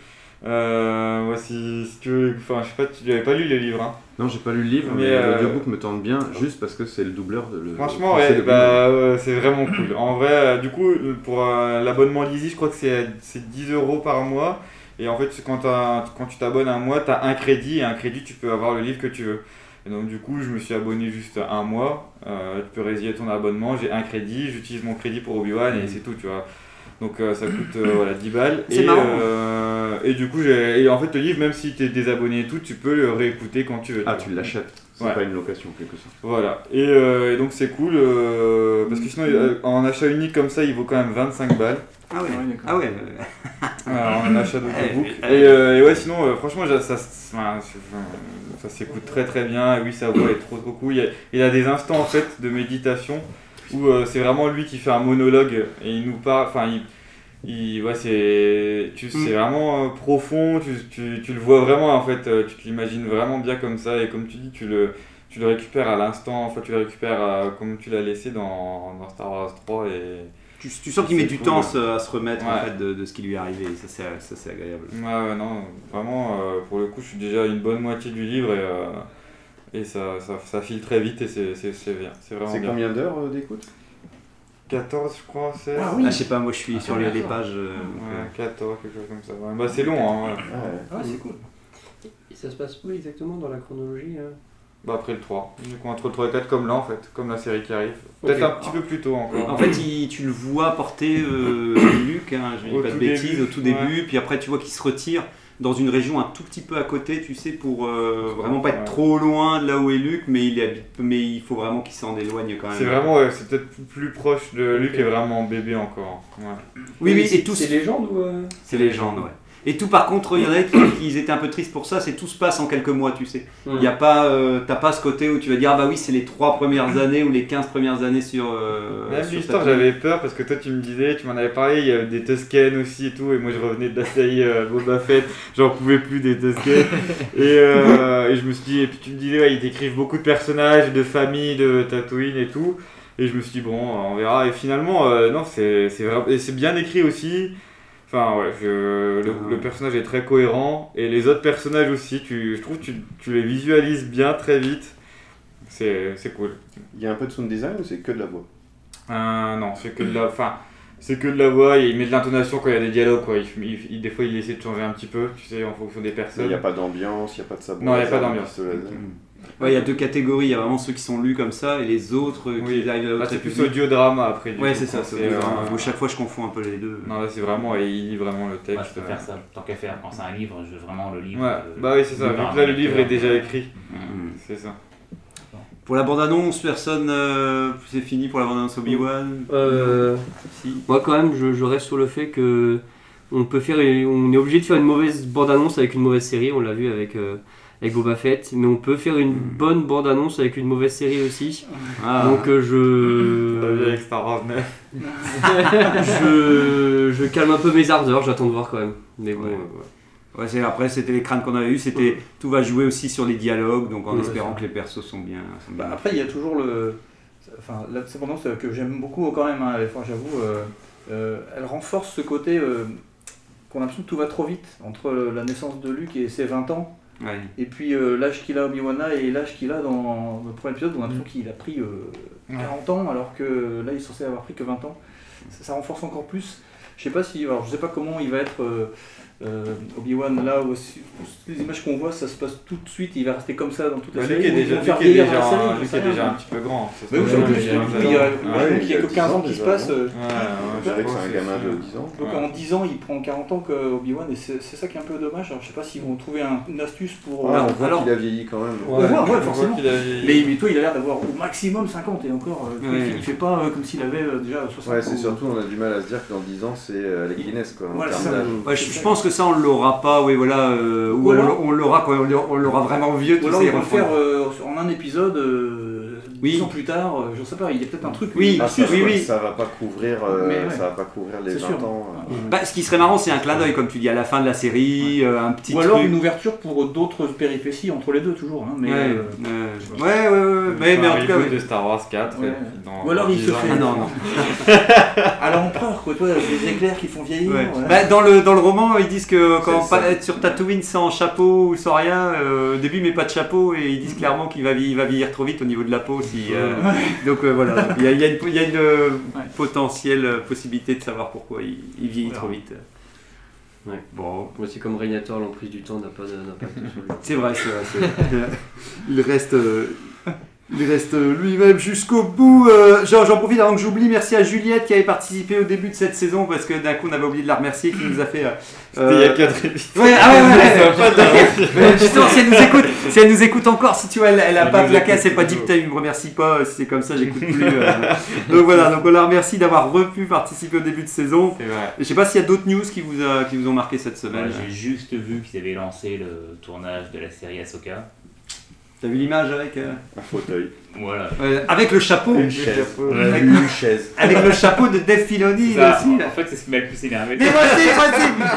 Speaker 2: Euh, ouais, si, si tu veux, enfin, je sais pas, tu avais pas lu les livres, hein.
Speaker 8: Non, j'ai pas lu le livre, mais,
Speaker 2: euh,
Speaker 8: l'audiobook me tente bien juste parce que c'est le doubleur de le.
Speaker 2: Franchement,
Speaker 8: français
Speaker 2: ouais,
Speaker 8: de
Speaker 2: bah, ouais, c'est vraiment cool. En vrai, euh, du coup, euh, pour euh, l'abonnement Lizzy, je crois que c'est c'est 10 euros par mois. Et en fait, c'est quand, t'as- quand tu t'abonnes un mois, tu as un crédit. Et un crédit, tu peux avoir le livre que tu veux. Et donc, du coup, je me suis abonné juste un mois. Euh, tu peux résilier ton abonnement. J'ai un crédit. J'utilise mon crédit pour Obi-Wan et c'est tout, tu vois. Donc, euh, ça coûte euh, voilà, 10 balles.
Speaker 1: C'est
Speaker 2: et,
Speaker 1: marrant.
Speaker 2: euh, et du coup, j'ai- et en fait, le livre, même si tu es désabonné et tout, tu peux le réécouter quand tu veux.
Speaker 8: Ah,
Speaker 2: vois.
Speaker 8: tu l'achètes. C'est
Speaker 2: Ouais.
Speaker 8: pas une location, en quelque sorte.
Speaker 2: Voilà, et, euh, et donc c'est cool, euh, parce que sinon euh, en achat unique comme ça il vaut quand même 25 balles.
Speaker 1: Ah ouais, ah ouais.
Speaker 2: Euh, en achat d'autobook.
Speaker 1: Eh,
Speaker 2: Et,
Speaker 1: eh.
Speaker 2: euh, et ouais, sinon, euh, franchement, j'a- ça, s- enfin, c'est- enfin, ça s'écoute très très bien. Et oui, sa voix est trop trop cool. Il y a, il a des instants en fait de méditation où euh, c'est vraiment lui qui fait un monologue et il nous parle. Enfin, il. il- ouais, c'est tu- c'est vraiment euh, profond, tu, tu- tu le vois vraiment en fait, euh, tu te l'imagines vraiment bien comme ça et comme tu dis, tu le, tu le récupères à l'instant, enfin tu le récupères euh, comme tu l'as laissé dans, dans Star Wars 3 et...
Speaker 1: Tu, tu sens qu'il met
Speaker 2: c'est
Speaker 1: du
Speaker 2: cool.
Speaker 1: temps à se- à se remettre en
Speaker 2: Ouais.
Speaker 1: fait, de, de ce qui lui est arrivé, et ça c'est ça, c'est agréable.
Speaker 2: Ouais, ouais, non, vraiment, euh, pour le coup, je suis déjà à une bonne moitié du livre et, euh, et ça, ça, ça file très vite et c'est c'est- c'est bien. C'est vraiment
Speaker 8: C'est
Speaker 2: bien.
Speaker 8: combien d'heures euh, d'écoute
Speaker 2: 14, je crois, 16.
Speaker 1: Ah oui. Ah, je sais pas, moi, je suis sur les- les pages, euh,
Speaker 2: Ouais,
Speaker 1: donc,
Speaker 2: 14, quelque chose comme ça. Ouais, Bah, c'est long, hein. ouais.
Speaker 8: Ah,
Speaker 7: Mm.
Speaker 9: Et ça se passe où exactement dans la chronologie hein
Speaker 2: Bah, après le 3. Du coup, entre le 3 et le 4, comme là, en fait, comme la série qui arrive. Peut-être
Speaker 1: Ok.
Speaker 2: un petit peu plus tôt encore.
Speaker 1: En fait, il- tu le vois porter euh, Luc, hein, je dis
Speaker 2: Au
Speaker 1: pas de
Speaker 2: tout
Speaker 1: bêtises,
Speaker 2: début,
Speaker 1: au tout
Speaker 2: ouais.
Speaker 1: début, puis après tu vois qu'il se retire dans une région un tout petit peu à côté, tu sais, pour euh, vraiment pas être
Speaker 2: Ouais.
Speaker 1: trop loin de là où est Luc, mais il, est, mais il faut vraiment qu'il s'en éloigne quand même.
Speaker 2: C'est vraiment, ouais, c'est peut-être plus proche de lui qui est vraiment bébé encore. Ouais.
Speaker 1: Oui, oui,
Speaker 9: C'est-
Speaker 1: et tous.
Speaker 9: C'est légende ou. euh,
Speaker 1: C'est légende, ouais. Et tout, par contre, il y en a qui, qui étaient un peu tristes pour ça, c'est tout se passe en quelques mois, tu sais. Il
Speaker 9: Mhm.
Speaker 1: y a pas, euh, t'as pas ce côté où tu vas dire, ah bah oui, c'est les trois premières années ou les 15 premières années sur. euh,
Speaker 2: Même
Speaker 1: sur
Speaker 2: l'histoire,
Speaker 1: Tatooine.
Speaker 2: j'avais peur parce que toi, tu me disais, tu m'en avais parlé, il y avait des Tusken aussi et tout, et moi, je revenais de la série euh, Boba Fett, j'en pouvais plus des Tusken. et, euh, et je me suis dit, et puis tu me disais, ouais, ils décrivent beaucoup de personnages, de familles, de Tatooine et tout. Et je me suis dit, bon, euh, on verra. Et finalement, euh, non, c'est c'est vra- et c'est bien écrit aussi. Enfin, ouais, je- le, le personnage est très cohérent. Et les autres personnages aussi, tu, je trouve que tu, tu les visualises bien très vite. C'est c'est cool.
Speaker 8: Il y a un peu de sound design ou c'est que de la voix
Speaker 2: Euh, non, c'est que de la, enfin, c'est que de la voix. et Il met de l'intonation quand il y a des dialogues, quoi. Il, il- il- des fois, il essaie de changer un petit peu, tu sais, en fonction des
Speaker 8: Il
Speaker 2: personnes. Ah,
Speaker 8: n'y a pas d'ambiance, il n'y a pas de sabre.
Speaker 2: Euh, Non, il y a pas
Speaker 8: laser,
Speaker 2: d'ambiance.
Speaker 8: de pistolet.
Speaker 1: Hmm. Ouais, il y a deux catégories, il y a vraiment ceux qui sont lus comme ça et les autres euh, qui
Speaker 2: Oui.
Speaker 1: arrivent à
Speaker 2: Là,
Speaker 1: l'autre
Speaker 2: c'est plus
Speaker 1: public.
Speaker 2: audio-drama après. du
Speaker 1: Ouais,
Speaker 2: coup,
Speaker 1: c'est ça,
Speaker 2: quoi.
Speaker 1: c'est audio drama.
Speaker 2: euh,
Speaker 1: Moi, chaque fois, je confonds un peu les deux.
Speaker 2: Non, là, c'est vraiment, et il lit vraiment le
Speaker 5: Euh, Moi, je
Speaker 2: texte. euh.
Speaker 5: peux faire ça, tant qu'à faire. Quand c'est un livre, je veux vraiment le livre.
Speaker 2: Ouais,
Speaker 5: euh,
Speaker 2: bah oui, c'est ça.
Speaker 5: lu
Speaker 2: Vu
Speaker 5: par
Speaker 2: que là,
Speaker 5: un
Speaker 2: le livre est
Speaker 5: lecteur.
Speaker 2: déjà écrit.
Speaker 5: Mhm.
Speaker 2: C'est ça.
Speaker 1: Pour la bande-annonce, personne. euh, c'est fini pour la bande-annonce Obi-Wan
Speaker 9: Euh,
Speaker 1: Si.
Speaker 9: Moi, quand même, je, je reste sur le fait que on peut faire, on est obligé de faire une mauvaise bande-annonce avec une mauvaise série. On l'a vu avec euh, avec Boba Fett, mais on peut faire une bonne bande-annonce avec une mauvaise série aussi.
Speaker 1: Hmm. Ah.
Speaker 9: Donc euh,
Speaker 2: T'as vu
Speaker 9: je
Speaker 2: avec Star Wars 9.
Speaker 1: Bah,
Speaker 9: je je calme un peu mes ardeurs. J'attends de voir quand même. Mais bon,
Speaker 1: Ouais.
Speaker 9: euh, voilà.
Speaker 1: Ouais, c'est- après, c'était les craintes qu'on avait eues, c'était tout va jouer aussi sur les dialogues, donc en
Speaker 9: Ouais,
Speaker 1: espérant que les persos sont bien. sont bien.
Speaker 7: Bah, après, il y a toujours le. Enfin, la dépendance que j'aime beaucoup quand même, hein, enfin, j'avoue, euh, euh, elle renforce ce côté euh, qu'on a l'impression que tout va trop vite entre euh, la naissance de Luke et ses 20 ans,
Speaker 1: Ouais.
Speaker 7: et puis euh, l'âge qu'il a, Obi-Wana, et l'âge qu'il a dans le premier épisode, on a l'impression qu'il a pris euh, 40 ans, alors que là, il est censé avoir pris que 20 ans. Ça, ça renforce encore plus. Je sais pas si. Alors, je sais pas comment il va être. euh, euh, Obi-Wan là, où, toutes les images qu'on voit, ça se passe tout de suite, il va rester comme ça dans toute la
Speaker 2: Bah,
Speaker 7: série.
Speaker 2: Luke est
Speaker 7: ou ils
Speaker 2: déjà,
Speaker 7: vont faire
Speaker 2: Luke est
Speaker 7: vieillir la
Speaker 2: déjà,
Speaker 7: série, hein.
Speaker 2: un-
Speaker 7: j'en
Speaker 2: Luke
Speaker 7: sais
Speaker 2: est
Speaker 7: rien.
Speaker 2: déjà un petit peu grand. ça se
Speaker 7: Mais oui,
Speaker 2: voit.
Speaker 7: en plus,
Speaker 2: Il a
Speaker 7: il y a,
Speaker 8: ouais,
Speaker 7: qu'il
Speaker 8: il
Speaker 7: y a
Speaker 8: a
Speaker 7: que
Speaker 8: 10
Speaker 7: 15 ans
Speaker 8: ans
Speaker 7: qui se
Speaker 8: déjà,
Speaker 7: passent.
Speaker 8: non
Speaker 7: euh,
Speaker 2: Ouais, ouais,
Speaker 8: Je dirais que
Speaker 2: pense
Speaker 8: c'est un
Speaker 2: que
Speaker 8: gamin
Speaker 2: c'est-
Speaker 8: de 10
Speaker 6: Ah,
Speaker 8: ans.
Speaker 7: Donc
Speaker 2: Ouais.
Speaker 7: en 10 ans, il prend 40 ans que Obi-Wan, et c'est c'est ça qui est un peu dommage. Alors je sais pas s'ils vont trouver un- une astuce pour.
Speaker 8: Ah,
Speaker 7: euh,
Speaker 8: on voit
Speaker 1: alors-
Speaker 8: qu'il a vieilli quand même.
Speaker 7: On voit, ouais,
Speaker 2: on voit
Speaker 7: forcément.
Speaker 2: qu'il a vieilli.
Speaker 7: Mais mais toi, il a l'air d'avoir au maximum 50 et encore, euh,
Speaker 1: Ouais.
Speaker 7: il, fait, il fait pas euh, comme s'il avait euh, déjà 60
Speaker 8: Ouais, c'est
Speaker 7: ou-
Speaker 8: surtout, on a du mal à se dire que dans 10 ans, c'est euh, les Guinness quoi. en
Speaker 7: Voilà,
Speaker 8: termes
Speaker 7: ça.
Speaker 8: d'âge.
Speaker 1: Ouais, je, je pense que ça, on l'aura pas, oui, voilà, euh, ou
Speaker 7: Ou alors-
Speaker 1: on, on l'aura quand on l'aura- on l'aura vraiment vieux,
Speaker 7: Ou
Speaker 1: tu
Speaker 7: alors
Speaker 1: sais,
Speaker 7: ils vont le
Speaker 1: refont-
Speaker 7: faire euh, en un épisode, euh,
Speaker 1: Oui.
Speaker 7: 10 ans plus tard, euh, je sais pas, il y a peut-être un truc. une
Speaker 1: Oui,
Speaker 8: Ah, ça,
Speaker 7: astuce,
Speaker 1: oui,
Speaker 7: quoi.
Speaker 1: oui.
Speaker 8: ça va pas couvrir, euh,
Speaker 7: Mais ouais.
Speaker 8: ça va pas couvrir les
Speaker 7: C'est
Speaker 8: 20
Speaker 7: sûr.
Speaker 8: ans. euh.
Speaker 1: Bah, ce qui serait marrant, c'est un clin d'œil, comme tu dis, à la fin de la série, euh, un petit
Speaker 7: Ou alors
Speaker 1: truc.
Speaker 7: une ouverture pour d'autres péripéties entre les deux, toujours. hein, mais,
Speaker 1: Ouais,
Speaker 7: euh,
Speaker 1: euh, ouais, ouais, ouais, ouais, mais,
Speaker 2: Enfin,
Speaker 1: mais en tout cas,
Speaker 2: reboot
Speaker 1: ouais.
Speaker 2: de Star Wars 4.
Speaker 7: Ouais.
Speaker 2: dans-
Speaker 7: Ou alors il
Speaker 2: dans
Speaker 7: se
Speaker 2: 10 ans.
Speaker 7: fait-
Speaker 1: Ah, non, non.
Speaker 7: à l'empereur, quoi, toi, les éclairs qui font vieillir.
Speaker 1: Ouais.
Speaker 7: euh,
Speaker 1: Bah, dans, le, dans le roman, ils disent que quand
Speaker 8: C'est ça.
Speaker 1: pas- être sur Tatooine sans chapeau ou sans rien, euh, au début, mais pas de chapeau, et ils disent clairement qu'il va, vie- il va vieillir trop vite au niveau de la peau. Si, euh, donc euh, voilà, il y a, il y a une, il y a une, euh,
Speaker 7: Ouais.
Speaker 1: potentielle euh, possibilité de savoir pourquoi il, il vieillit trop vite.
Speaker 9: Ouais.
Speaker 1: Bon,
Speaker 9: Moi, c'est comme Régnator, l'emprise du temps n'a pas d'impact sur lui.
Speaker 1: c'est vrai, c'est vrai. c'est vrai.
Speaker 6: Il reste, euh, il reste euh, lui-même jusqu'au bout. Euh, j'en j'en profite avant que j'oublie. Merci à Juliette qui avait participé au début de cette saison parce que d'un coup on avait oublié de la remercier qui nous a fait. euh,
Speaker 2: C'était il y a
Speaker 6: euh,
Speaker 2: 4 épisodes.
Speaker 6: Ouais, ah ouais, ouais,
Speaker 2: Ça va pas
Speaker 6: ouais. Mais Justement, si elle nous écoute, si elle nous écoute encore, si tu vois, elle, elle a
Speaker 2: Elle
Speaker 6: pas
Speaker 2: nous
Speaker 6: plaqué, elle
Speaker 2: écoute
Speaker 6: s'est pas dit
Speaker 2: toujours.
Speaker 6: putain, il me remercie pas, si c'est comme ça, j'écoute plus. euh. Donc voilà, donc on la remercie d'avoir repu participer au début de saison.
Speaker 2: C'est vrai.
Speaker 6: Et Je sais pas s'il y a d'autres news qui vous, a- qui vous ont marqué cette
Speaker 1: bah,
Speaker 5: Voilà,
Speaker 6: semaine.
Speaker 5: J'ai juste vu qu'ils avaient lancé le tournage de la série Ahsoka.
Speaker 1: T'as vu l'image avec euh,
Speaker 8: Un fauteuil.
Speaker 5: Voilà.
Speaker 1: ouais, Avec le chapeau
Speaker 8: Une chaise.
Speaker 1: Ouais.
Speaker 8: Une chaise.
Speaker 1: Avec le chapeau de Dave Filoni
Speaker 5: Ça,
Speaker 1: aussi.
Speaker 5: en fait, c'est ce qui m'a le plus énervé.
Speaker 1: Mais moi aussi, moi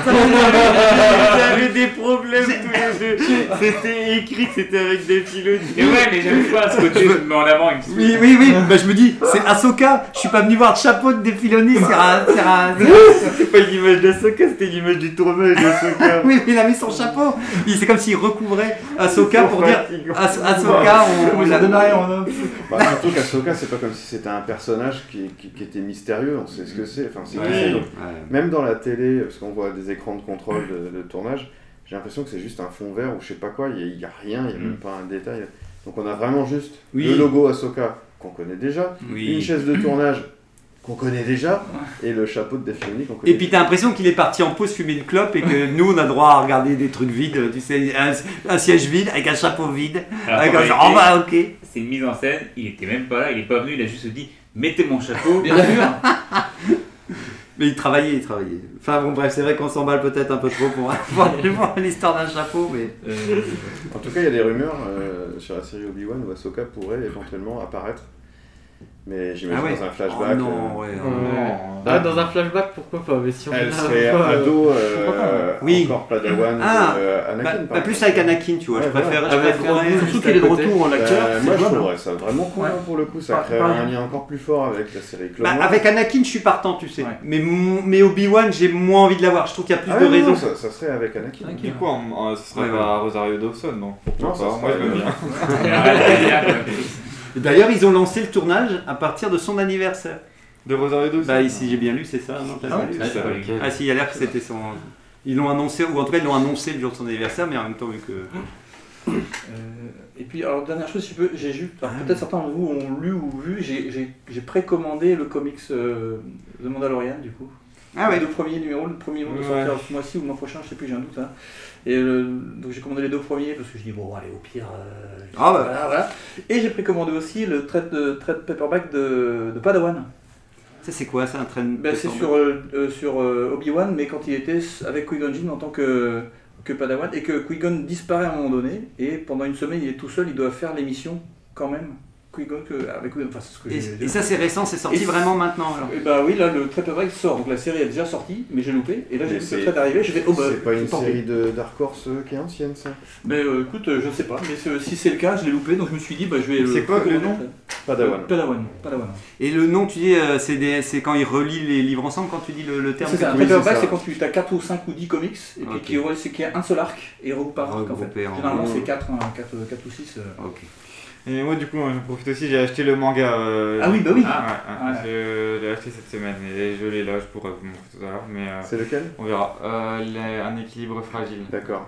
Speaker 1: aussi
Speaker 2: J'avais des problèmes tous les deux. C'était écrit que c'était avec des pilotes.
Speaker 5: Et ouais, mais j'aime pas ce côté, je me mets en avant, il me saoule.
Speaker 6: Oui, oui, oui, bah, je me dis, c'est Ahsoka, je suis pas venu voir de chapeau de Défiloni, c'est un. c'est un-
Speaker 2: C'était pas une image d'Asoka, c'était l'image du tournage d'Asoka.
Speaker 6: Oui, mais il a mis son chapeau. Il- C'est comme s'il recouvrait Ahsoka pour dire
Speaker 2: Fatigant.
Speaker 1: As- Ahsoka, on, on
Speaker 7: Ils
Speaker 1: l'a-
Speaker 7: ont donné rien en homme.
Speaker 8: Bah, surtout qu'Asoka, c'est pas comme si c'était un personnage qui, qui- qui était mystérieux, on sait ce que c'est. Enfin, c'est
Speaker 2: Ouais.
Speaker 8: c'est-
Speaker 1: Ouais.
Speaker 8: Même dans la télé, parce qu'on voit des écrans de contrôle de, de tournage, j'ai l'impression que c'est juste un fond vert ou je sais pas quoi, il n'y a, rien, il n'y a même pas un détail. Donc on a vraiment juste
Speaker 1: Mm. Oui.
Speaker 8: le logo Ahsoka qu'on connaît déjà, une
Speaker 1: Oui.
Speaker 8: chaise de tournage qu'on connaît déjà, et le chapeau de Dave Filoni qu'on connaît
Speaker 1: Et puis t'as l'impression qu'il est parti en pause fumer une clope et que nous on a droit à regarder des trucs vides, tu sais, un, un siège vide avec un chapeau vide.
Speaker 5: Alors,
Speaker 1: avec
Speaker 5: en
Speaker 1: un genre, oh
Speaker 5: réalité,
Speaker 1: bah ok.
Speaker 5: C'est une mise en scène, il était même pas là, il est pas venu, il a juste dit mettez mon chapeau.
Speaker 7: Bien sûr.
Speaker 1: Mais il travaillait, il travaillait. Enfin bon, bref, c'est vrai qu'on s'emballe peut-être un peu trop pour, pour l'histoire d'un chapeau, mais.
Speaker 8: En tout cas, il y a des rumeurs euh, sur la série Obi-Wan où Ahsoka pourrait éventuellement apparaître. Mais j'imagine dans un flashback,
Speaker 1: Oh non, ouais.
Speaker 3: Ouais. Ah, dans un flashback, pourquoi pas Mais si
Speaker 8: euh,
Speaker 3: on
Speaker 8: elle
Speaker 3: la
Speaker 8: serait
Speaker 3: voit, euh,
Speaker 8: ado,
Speaker 3: pourquoi pas,
Speaker 8: euh,
Speaker 1: Oui.
Speaker 8: encore Padawan,
Speaker 1: Ah,
Speaker 8: euh, Anakin.
Speaker 1: Bah,
Speaker 8: par
Speaker 1: bah, plus
Speaker 8: exemple.
Speaker 1: avec Anakin, tu vois,
Speaker 8: Ouais,
Speaker 1: je préfère.
Speaker 3: voilà. Avec Grogu,
Speaker 7: Surtout
Speaker 3: juste
Speaker 7: qu'il est de
Speaker 3: à côté.
Speaker 7: retour en acteur.
Speaker 8: Euh,
Speaker 7: c'est
Speaker 8: moi, je
Speaker 7: jouable.
Speaker 8: trouverais ça vraiment cool
Speaker 7: Ouais.
Speaker 8: hein, pour le coup. Ça
Speaker 7: Par-
Speaker 8: créerait
Speaker 7: par-
Speaker 8: un lien encore plus fort avec la série Clone
Speaker 1: Bah,
Speaker 8: Wars.
Speaker 1: avec Anakin, je suis partant, tu sais.
Speaker 7: Ouais.
Speaker 1: Mais, mon- mais Obi-Wan, j'ai moins envie de l'avoir. Je trouve qu'il y a plus
Speaker 8: Ah
Speaker 1: de
Speaker 8: ouais, non,
Speaker 1: raisons.
Speaker 8: ça, ça serait avec Anakin.
Speaker 2: Du coup, on- euh, ce serait
Speaker 1: Ouais,
Speaker 2: pas Rosario Dawson, non
Speaker 8: Non, ça
Speaker 2: Pas,
Speaker 8: serait-
Speaker 2: Moi, je veux bien.
Speaker 1: D'ailleurs, ils ont lancé le tournage à partir de son anniversaire.
Speaker 2: De Rosario Dawson
Speaker 1: Bah, ici, j'ai bien lu, c'est ça. non, t'as pas lu
Speaker 5: Ah, c'est pas lui.
Speaker 1: Ah si, il y a l'air que c'était son. Ils l'ont annoncé, ou en tout cas ils l'ont annoncé le jour de son anniversaire, mais en même temps vu que.
Speaker 7: Euh, et puis, alors, dernière chose, si je peux, j'ai juste, alors,
Speaker 1: Ah,
Speaker 7: peut-être certains d'entre vous ont lu ou vu, j'ai- j'ai j'ai précommandé le comics euh, The Mandalorian, du coup.
Speaker 1: Ah
Speaker 7: Les deux premiers numéros, le premier numéro de
Speaker 2: Ouais.
Speaker 7: sortir ce mois-ci ou le mois prochain, je sais plus, j'ai un doute. hein. Et euh, donc j'ai commandé les deux premiers parce que je dis, bon, allez, au pire. euh,
Speaker 1: Ah bah.
Speaker 7: voilà, voilà. Et j'ai précommandé aussi le trait de, trait de paperback de, de Padawan.
Speaker 1: Ça c'est quoi ça un train
Speaker 7: Ben, c'est sur, euh, euh, sur euh, Obi-Wan, mais quand il était avec Qui-Gon Jinn en tant que, que Padawan, et que Qui-Gon disparaît à un moment donné, et pendant une semaine il est tout seul, il doit faire l'émission quand même. Qui-Gon, que- ah, avec Qui-Gon, enfin c'est ce que j'ai
Speaker 1: Et, et ça c'est récent, c'est sorti
Speaker 7: Et-
Speaker 1: vraiment maintenant alors.
Speaker 7: Et bah oui, là le trait paperback sort, donc la série est déjà sortie, mais j'ai loupé, et là j'ai
Speaker 8: Mais
Speaker 7: vu ce
Speaker 8: c'est-
Speaker 7: trait arriver, je fais oh bah.
Speaker 8: C'est pas une
Speaker 7: tant pis.
Speaker 8: série de Dark Horse euh, qui est ancienne, ça
Speaker 7: Mais euh, écoute, euh, je sais pas, mais c'est- si c'est le cas, je l'ai loupé, donc je me suis dit, bah je vais.
Speaker 8: C'est
Speaker 7: le-
Speaker 8: quoi le nom
Speaker 7: Euh,
Speaker 8: Padawan.
Speaker 7: Padawan, Padawan.
Speaker 1: Et le nom tu dis euh, c'est des- c'est quand ils relient les livres ensemble quand tu dis le, le terme.
Speaker 7: C'est ça, un
Speaker 8: oui, c'est
Speaker 7: paperback,
Speaker 8: ça.
Speaker 7: c'est quand tu as 4 ou 5 ou 10 comics, et puis
Speaker 1: Ok.
Speaker 7: qui- ouais, c'est qu'il y a un seul arc, et regroupe par arc en fait.
Speaker 1: Regroupé en-
Speaker 7: Généralement c'est hein, 4, 4 ou 6.
Speaker 1: Ok.
Speaker 2: Et moi, du coup, j'en profite aussi, j'ai acheté le manga. euh,
Speaker 7: Ah oui, bah oui.
Speaker 2: ouais, ouais,
Speaker 7: Ah.
Speaker 2: Je l'ai acheté cette semaine et je l'ai là, je pourrais vous montrer tout à l'heure, mais euh,
Speaker 8: C'est lequel
Speaker 2: on verra. Euh, les- un équilibre fragile.
Speaker 8: D'accord.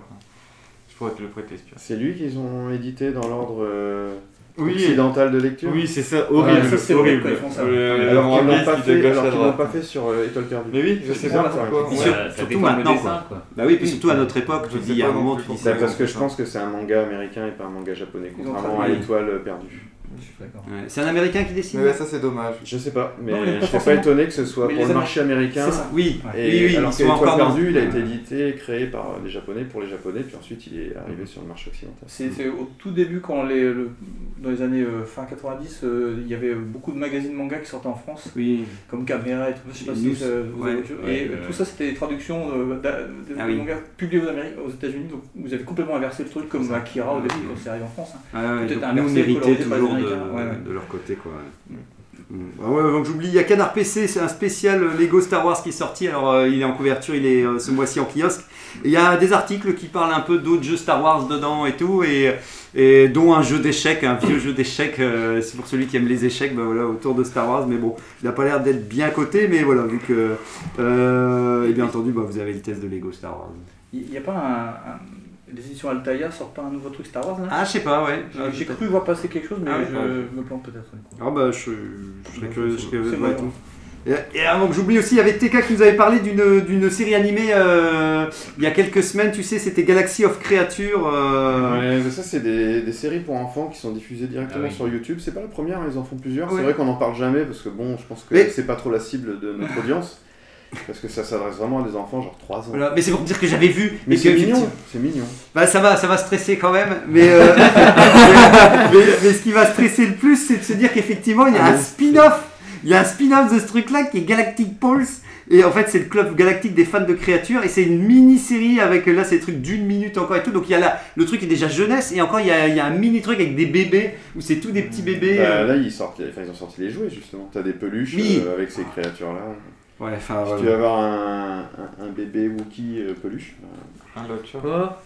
Speaker 2: Je pourrais te le prêter si tu
Speaker 8: C'est lui qu'ils ont édité dans l'ordre euh,
Speaker 2: veux.
Speaker 8: occidental de lecture
Speaker 2: oui c'est ça, horrible.
Speaker 7: Ouais, ça, c'est horrible
Speaker 2: horrible.
Speaker 7: quand ils font ça.
Speaker 2: Le- le
Speaker 8: Alors qu'ils l'ont
Speaker 2: manga
Speaker 8: pas
Speaker 2: qui te
Speaker 8: fait,
Speaker 2: gâche
Speaker 8: alors
Speaker 2: la
Speaker 8: qu'ils l'ont
Speaker 2: droite.
Speaker 8: pas fait sur euh, Étoile perdue.
Speaker 2: Mais oui, je
Speaker 8: C'est
Speaker 2: sais
Speaker 8: ça,
Speaker 2: pas
Speaker 8: ça,
Speaker 2: pourquoi.
Speaker 1: ouais.
Speaker 2: Ouais.
Speaker 1: Sur-
Speaker 5: Ça
Speaker 1: surtout
Speaker 5: déforme le
Speaker 1: maintenant,
Speaker 5: dessin, quoi.
Speaker 1: Bah oui, puis surtout à notre époque,
Speaker 2: Je
Speaker 1: tu
Speaker 2: sais
Speaker 1: dis il y a un
Speaker 2: pas
Speaker 1: moment
Speaker 2: non
Speaker 1: tu
Speaker 2: plus
Speaker 1: dis
Speaker 8: Bah,
Speaker 2: c'est
Speaker 8: parce
Speaker 2: bon,
Speaker 8: que
Speaker 2: c'est
Speaker 8: je
Speaker 2: ça.
Speaker 8: pense que c'est un manga américain et pas un manga japonais,
Speaker 7: Ils ont
Speaker 8: contrairement à
Speaker 7: traduit.
Speaker 8: Étoile perdue.
Speaker 7: Je suis d'accord.
Speaker 1: Ouais, C'est un américain qui dessine.
Speaker 2: Mais ouais, ça c'est dommage.
Speaker 8: Je sais pas, mais,
Speaker 7: Non, mais pas
Speaker 8: je serais pas
Speaker 7: forcément.
Speaker 8: étonné que ce soit
Speaker 7: Mais
Speaker 8: pour
Speaker 7: les
Speaker 8: le
Speaker 7: Amé-
Speaker 8: marché américain.
Speaker 7: C'est ça.
Speaker 1: Oui,
Speaker 7: Ouais.
Speaker 8: Et
Speaker 1: oui, oui,
Speaker 8: alors
Speaker 1: ils
Speaker 8: que
Speaker 1: sont encore
Speaker 8: Étoile
Speaker 1: dans-
Speaker 8: perdue, il a été édité et créé par euh, les Japonais pour les Japonais, puis ensuite il est arrivé sur le marché occidental.
Speaker 7: C'est c'est au tout début, quand les, le- dans les années euh, fin 90, euh, il y avait beaucoup de magazines manga qui sortaient en France,
Speaker 1: Oui.
Speaker 7: comme Caméra et tout. Je sais pas
Speaker 1: Et
Speaker 7: si
Speaker 1: News,
Speaker 7: ça- vous avez-
Speaker 1: ouais,
Speaker 7: je-
Speaker 5: ouais,
Speaker 7: et
Speaker 5: euh,
Speaker 7: tout ça, c'était des traductions euh, d'a- de,
Speaker 1: Ah
Speaker 7: de
Speaker 1: oui.
Speaker 7: mangas publiés aux, Amériques- aux États-Unis. Donc vous avez complètement inversé le truc, comme Akira au
Speaker 1: Ouais,
Speaker 7: début
Speaker 1: ouais.
Speaker 7: quand c'est arrivé en France. hein.
Speaker 1: Ah ouais,
Speaker 7: Peut-être
Speaker 1: donc
Speaker 7: un
Speaker 1: nous on
Speaker 7: verset coloré par
Speaker 1: héritait
Speaker 7: les
Speaker 1: toujours de,
Speaker 7: Américains, ouais, ouais.
Speaker 1: de leur côté quoi. Mm. Ah ouais, avant que j'oublie, il y a Canard PC, c'est un spécial euh, Lego Star Wars qui est sorti. Alors euh, il est en couverture, il est euh, ce mois-ci en kiosque. Et Il y a des articles qui parlent un peu d'autres jeux Star Wars dedans et tout, et, et dont un jeu d'échecs, un vieux jeu d'échecs. euh, c'est pour celui qui aime les échecs, ben voilà, autour de Star Wars. Mais bon, il n'a pas l'air d'être bien coté, mais voilà, vu que euh, et bien entendu, bah, vous avez le test de Lego Star Wars.
Speaker 7: Il n'y a pas un, un- Les éditions Altaïa sortent pas un nouveau truc Star Wars là
Speaker 1: Ah, je sais pas, ouais.
Speaker 7: J'ai- J'ai cru voir passer quelque chose, mais
Speaker 1: Ah ouais.
Speaker 7: je me plante peut-être. du coup.
Speaker 1: Ah bah je, je serais curieux, je serais curieux de
Speaker 7: C'est
Speaker 1: voir et
Speaker 7: bon.
Speaker 1: tout. Et, et avant que j'oublie aussi, il y avait TK qui nous avait parlé d'une d'une série animée euh, il y a quelques semaines, tu sais, c'était Galaxy of Creatures. euh,
Speaker 8: Ouais, mais ça, c'est des, des séries pour enfants qui sont diffusées directement
Speaker 5: Ah oui.
Speaker 8: sur YouTube. C'est pas la première, hein, ils en font plusieurs.
Speaker 1: Ouais.
Speaker 8: C'est vrai qu'on en parle jamais parce que, bon, je pense que
Speaker 1: Mais-
Speaker 8: c'est pas trop la cible de notre audience. Parce que ça s'adresse vraiment à des enfants, genre 3 ans.
Speaker 1: voilà. Mais c'est pour dire que j'avais vu.
Speaker 8: Mais
Speaker 1: et
Speaker 8: c'est
Speaker 1: que-
Speaker 8: mignon, c'est mignon.
Speaker 1: Bah ça va, ça va stresser quand même. Mais, euh, mais, mais ce qui va stresser le plus, c'est de se dire qu'effectivement, il y a un spin-off. Il y a un spin-off de ce truc-là qui est Galactic Pulse. Et en fait, c'est le club galactique des fans de créatures. Et c'est une mini-série avec là, c'est des trucs d'une minute encore et tout. Donc il y a là, le truc est déjà jeunesse. Et encore, il y a, il y a un mini-truc avec des bébés où c'est tout des petits bébés.
Speaker 8: Bah,
Speaker 1: euh,
Speaker 8: là, ils, sortent, enfin, ils ont sorti les jouets, justement. T'as des peluches
Speaker 1: Oui.
Speaker 8: euh, avec ces créatures-là.
Speaker 1: Ouais, enfin,
Speaker 8: Si
Speaker 1: voilà.
Speaker 8: tu veux avoir un, un- un bébé Wookie euh, peluche,
Speaker 2: Un lot de choses.
Speaker 3: Quoi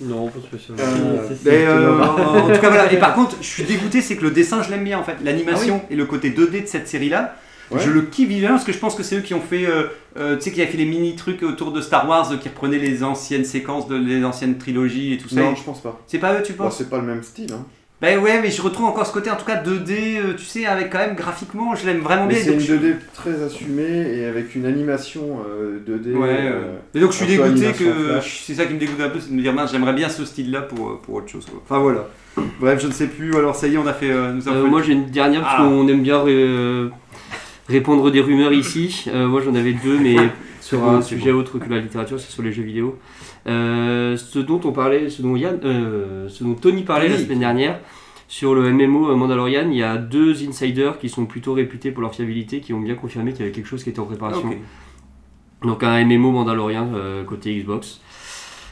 Speaker 3: Non, pas spécialement.
Speaker 1: Euh,
Speaker 3: Si, si, si,
Speaker 1: mais,
Speaker 3: tu
Speaker 1: euh,
Speaker 3: vas voir.
Speaker 1: en tout cas, voilà. Et par contre, je suis dégoûté, c'est que le dessin, je l'aime bien en fait. L'animation et le côté 2D de cette série-là,
Speaker 8: Ah Ouais.
Speaker 1: je le kiffe bien parce que je pense que c'est eux qui ont fait, euh, euh, tu sais, qui a fait les mini trucs autour de Star Wars, euh, qui reprenaient les anciennes séquences de les anciennes trilogies et tout ça.
Speaker 8: Non, je pense pas.
Speaker 1: C'est pas eux, tu
Speaker 8: Bon,
Speaker 1: penses
Speaker 8: c'est pas le même style. Hein.
Speaker 1: Ben ouais, mais je retrouve encore ce côté, en tout cas 2D, euh, tu sais, avec quand même graphiquement, je l'aime vraiment
Speaker 8: Mais
Speaker 1: bien.
Speaker 8: c'est
Speaker 1: donc
Speaker 8: une
Speaker 1: je-
Speaker 8: 2D très assumée et avec une animation euh, 2D.
Speaker 1: Ouais,
Speaker 8: euh,
Speaker 1: Et donc je suis
Speaker 8: Un peu
Speaker 1: dégoûté
Speaker 8: animation
Speaker 1: que.
Speaker 8: flash.
Speaker 1: C'est ça qui me dégoûte un peu, c'est de me dire, mince, j'aimerais bien ce style-là pour, euh, pour autre chose. quoi. Enfin voilà. Bref, je ne sais plus. Alors ça y est, on a fait. euh, nous avons
Speaker 6: Euh,
Speaker 1: fait-
Speaker 6: moi j'ai une dernière parce
Speaker 1: Ah.
Speaker 6: qu'on aime bien euh, répandre des rumeurs ici. Euh, moi j'en avais deux mais sur
Speaker 1: beau,
Speaker 6: un
Speaker 1: c'est
Speaker 6: sujet autre que la littérature, c'est sur les jeux vidéo. Euh, ce dont on parlait, ce dont Yann, euh, ce dont Tony parlait la
Speaker 1: Tony.
Speaker 6: semaine dernière sur le MMO euh, Mandalorian, il y a deux insiders qui sont plutôt réputés pour leur fiabilité, qui ont bien confirmé qu'il y avait quelque chose qui était en
Speaker 1: Ah,
Speaker 6: préparation.
Speaker 1: ok.
Speaker 6: Donc un MMO Mandalorian euh, côté Xbox.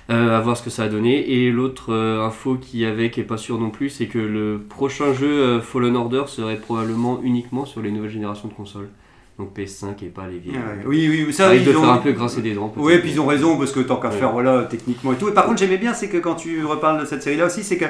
Speaker 6: Euh, à voir ce que ça a donné. Et l'autre euh, info qu'il y avait, qui est pas sûr non plus, c'est que le prochain jeu euh, Fallen Order serait probablement uniquement sur les nouvelles générations de consoles. Donc PS5 et pas les vieilles.
Speaker 1: Ah ouais. Oui, oui,
Speaker 6: Ça
Speaker 1: ça,
Speaker 6: risque de
Speaker 1: ils
Speaker 6: faire
Speaker 1: ont.
Speaker 6: un peu grincer des dents. peut-être.
Speaker 1: Oui, puis ils ont raison, parce que tant qu'à
Speaker 6: Ouais.
Speaker 1: faire, voilà, techniquement et tout. Et par contre, j'aimais bien, c'est que quand tu reparles de cette série-là aussi, c'est que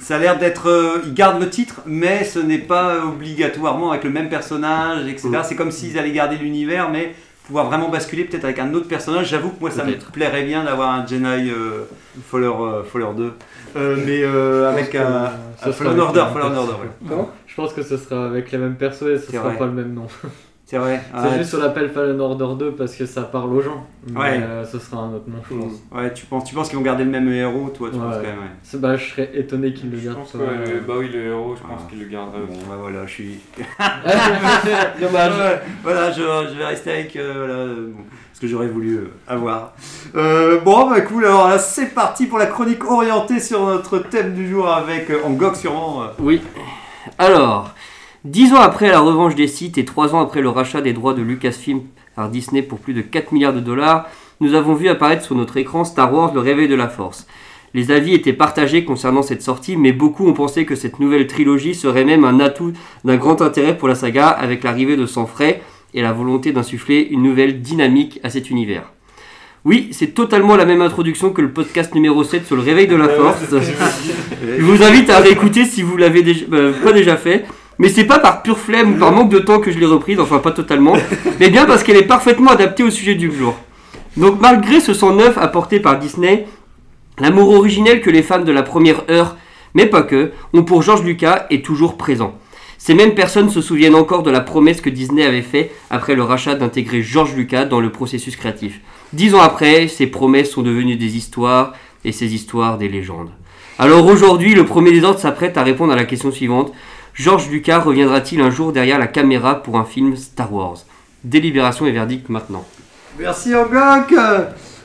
Speaker 1: ça a l'air d'être. euh, ils gardent le titre, mais ce n'est pas obligatoirement avec le même personnage, etc.
Speaker 6: Mm.
Speaker 1: C'est comme s'ils allaient garder l'univers, mais pouvoir vraiment basculer peut-être avec un autre personnage. J'avoue que moi, ça me
Speaker 6: Peut-être.
Speaker 1: plairait bien d'avoir un Jedi euh, Faller, euh, Faller 2. Euh, mais euh, avec un.
Speaker 3: Ça sera
Speaker 1: un Fallen
Speaker 3: avec
Speaker 1: Order,
Speaker 3: la même
Speaker 1: Fallen
Speaker 3: personne.
Speaker 1: Order, voilà.
Speaker 3: Je pense que ce sera avec la même perso et ce
Speaker 1: C'est
Speaker 3: sera
Speaker 1: vrai.
Speaker 3: pas le même nom.
Speaker 1: C'est vrai.
Speaker 3: C'est
Speaker 1: Ouais,
Speaker 3: juste on l'appelle Fallen Order 2 parce que ça parle aux gens. Mais
Speaker 1: Ouais.
Speaker 3: euh, ce sera un autre nom, je pense.
Speaker 1: ouais, tu penses, tu penses qu'ils vont garder le même héros, toi, tu
Speaker 3: Ouais.
Speaker 1: penses quand même, ouais.
Speaker 3: C'est- Bah, je serais étonné qu'il le
Speaker 2: Je
Speaker 3: garde.
Speaker 2: pense que
Speaker 3: pas.
Speaker 2: le- bah oui, le héros, je pense
Speaker 1: Ah.
Speaker 2: qu'il le garderait.
Speaker 1: Bon, bah voilà, je suis.
Speaker 3: Dommage.
Speaker 1: Ouais, voilà, je, je vais rester avec euh, voilà, euh, bon, ce que j'aurais voulu euh, avoir. Euh, bon, bah cool, alors là, c'est parti pour la chronique orientée sur notre thème du jour avec euh, Angok sur An, euh.
Speaker 6: Oui. Alors, dix ans après la revanche des sites et trois ans après le rachat des droits de Lucasfilm par Disney pour plus de 4 milliards de dollars, nous avons vu apparaître sur notre écran Star Wars Le Réveil de la Force. Les avis étaient partagés concernant cette sortie, mais beaucoup ont pensé que cette nouvelle trilogie serait même un atout d'un grand intérêt pour la saga avec l'arrivée de Sanfray et la volonté d'insuffler une nouvelle dynamique à cet univers. Oui, c'est totalement la même introduction que le podcast numéro 7 sur le réveil de la force.
Speaker 1: euh,
Speaker 6: Je vous invite à réécouter si vous l'avez déjà, euh, pas déjà fait. Mais c'est pas par pure flemme ou par manque de temps que je l'ai reprise, enfin pas totalement, mais bien parce qu'elle est parfaitement adaptée au sujet du jour. Donc malgré ce sang neuf apporté par Disney, l'amour originel que les fans de la première heure, mais pas que, ont pour George Lucas est toujours présent. Ces mêmes personnes se souviennent encore de la promesse que Disney avait faite après le rachat d'intégrer George Lucas dans le processus créatif. Dix ans après, ces promesses sont devenues des histoires, et ces histoires des légendes. Alors aujourd'hui, le premier des ordres s'apprête à répondre à la question suivante. George Lucas reviendra-t-il un jour derrière la caméra pour un film Star Wars Délibération et verdict maintenant.
Speaker 1: Merci Angok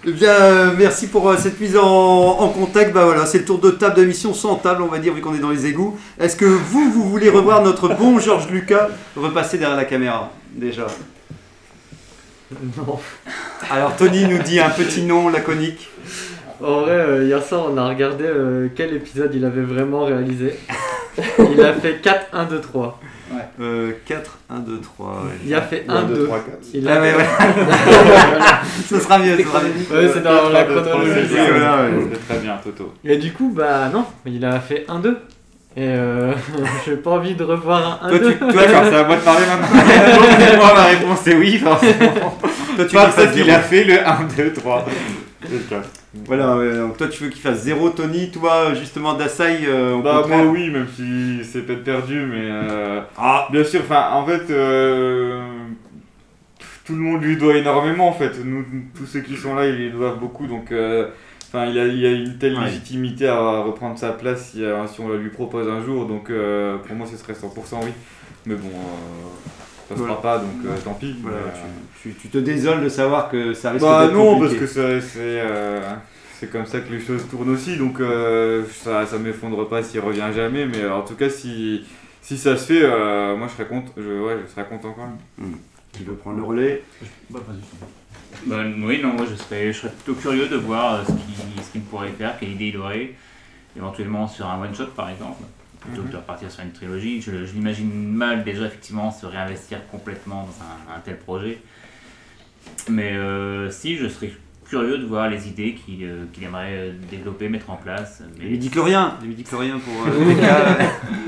Speaker 1: Eh bien, euh, merci pour euh, cette mise en, en contact. Bah voilà, c'est le tour de table de mission sans table, on va dire, vu qu'on est dans les égouts. Est-ce que vous, vous voulez revoir notre bon Georges Lucas repasser derrière la caméra déjà
Speaker 3: Non.
Speaker 1: Alors Tony nous dit un petit nom laconique.
Speaker 3: En vrai, euh, hier soir, on a regardé euh, quel épisode il avait vraiment réalisé. il a fait 4, 1, 2, 3.
Speaker 1: Euh, 4, 1, 2, 3.
Speaker 3: Il a fait 1, 2.
Speaker 8: 3, 4.
Speaker 3: Il
Speaker 1: Ah
Speaker 3: a
Speaker 1: ouais,
Speaker 3: fait...
Speaker 1: ouais, ce sera mieux, ce sera mieux.
Speaker 3: Ouais, c'est dans la
Speaker 8: C'est
Speaker 3: chronologie.
Speaker 8: voilà, ouais.
Speaker 2: C'est très bien, Toto.
Speaker 3: Et du coup, bah non, il a fait 1, 2. Et euh, j'ai pas envie de revoir un 1,
Speaker 1: Toi,
Speaker 3: 2.
Speaker 1: tu, toi,
Speaker 2: D'accord, c'est à moi de parler maintenant. Moi, la réponse est oui, forcément.
Speaker 1: toi, tu veux
Speaker 2: Par
Speaker 1: qu'il fasse
Speaker 2: ça qu'il
Speaker 1: zéro.
Speaker 2: a fait le 1, 2, 3.
Speaker 1: Voilà, ouais, donc toi, tu veux qu'il fasse 0, Tony. Toi, justement, Dasai, euh, au
Speaker 2: Bah
Speaker 1: contraire.
Speaker 2: moi oui, même si c'est peut-être perdu, mais euh,
Speaker 1: Ah,
Speaker 2: bien sûr. Enfin, en fait, euh, tout le monde lui doit énormément. En fait, nous, tous ceux qui sont là, ils lui doivent beaucoup. Donc, euh, enfin, il a, il a une telle
Speaker 1: Ouais.
Speaker 2: légitimité à reprendre sa place si, euh, si on la lui propose un jour. Donc, euh, pour moi, ce serait 100% oui. Mais bon, euh, ça se
Speaker 1: Voilà.
Speaker 2: fera pas, donc euh, tant pis.
Speaker 1: Voilà,
Speaker 2: mais, euh,
Speaker 1: tu, tu te désoles de savoir que ça risque
Speaker 2: bah
Speaker 1: d'être
Speaker 2: non,
Speaker 1: compliqué.
Speaker 2: parce que c'est c'est, euh, c'est comme ça que les choses tournent aussi, donc euh, ça ça m'effondre pas s'il revient jamais, mais euh, en tout cas si si ça se fait, euh, moi je serais content, je, ouais, je serais content quand même.
Speaker 1: qui veut prendre le relais.
Speaker 5: Bah, oui, non, moi je serais, je serais plutôt curieux de voir euh, ce qu'il ce qu'il pourrait faire, quelle idée il aurait, éventuellement sur un one-shot par exemple, plutôt que de repartir sur une trilogie. Je, je l'imagine mal déjà effectivement se réinvestir complètement dans un, un tel projet. Mais euh, si, je serais curieux de voir les idées qu'il euh, qu'il aimerait euh, développer, mettre en place.
Speaker 1: Les
Speaker 5: mais
Speaker 1: midi-chloriens Les midi-chloriens pour euh, Rebecca.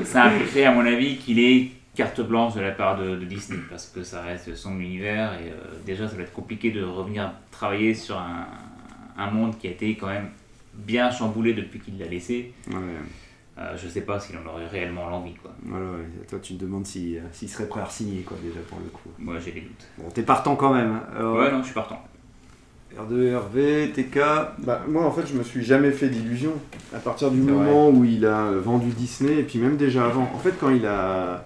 Speaker 5: ça impliquerait, à mon avis, qu'il ait carte blanche de la part de, de Disney, parce que ça reste son univers, et euh, déjà, ça va être compliqué de revenir travailler sur un, un monde qui a été quand même bien chamboulé depuis qu'il l'a laissé.
Speaker 1: Ouais,
Speaker 5: Euh, je sais pas s'il en aurait réellement l'envie, quoi.
Speaker 1: voilà, ouais. Toi, tu te demandes s'il si, euh, s'il serait prêt à signer, quoi, déjà, pour le coup.
Speaker 5: Moi, j'ai des doutes.
Speaker 1: Bon, t'es partant quand même. hein. Alors,
Speaker 5: Ouais, non, je suis partant.
Speaker 1: R2, RV, TK.
Speaker 8: Bah, moi, en fait, je me suis jamais fait d'illusions. À partir du
Speaker 1: C'est
Speaker 8: moment où il a euh, vendu Disney, et puis même déjà avant. En fait, quand il a.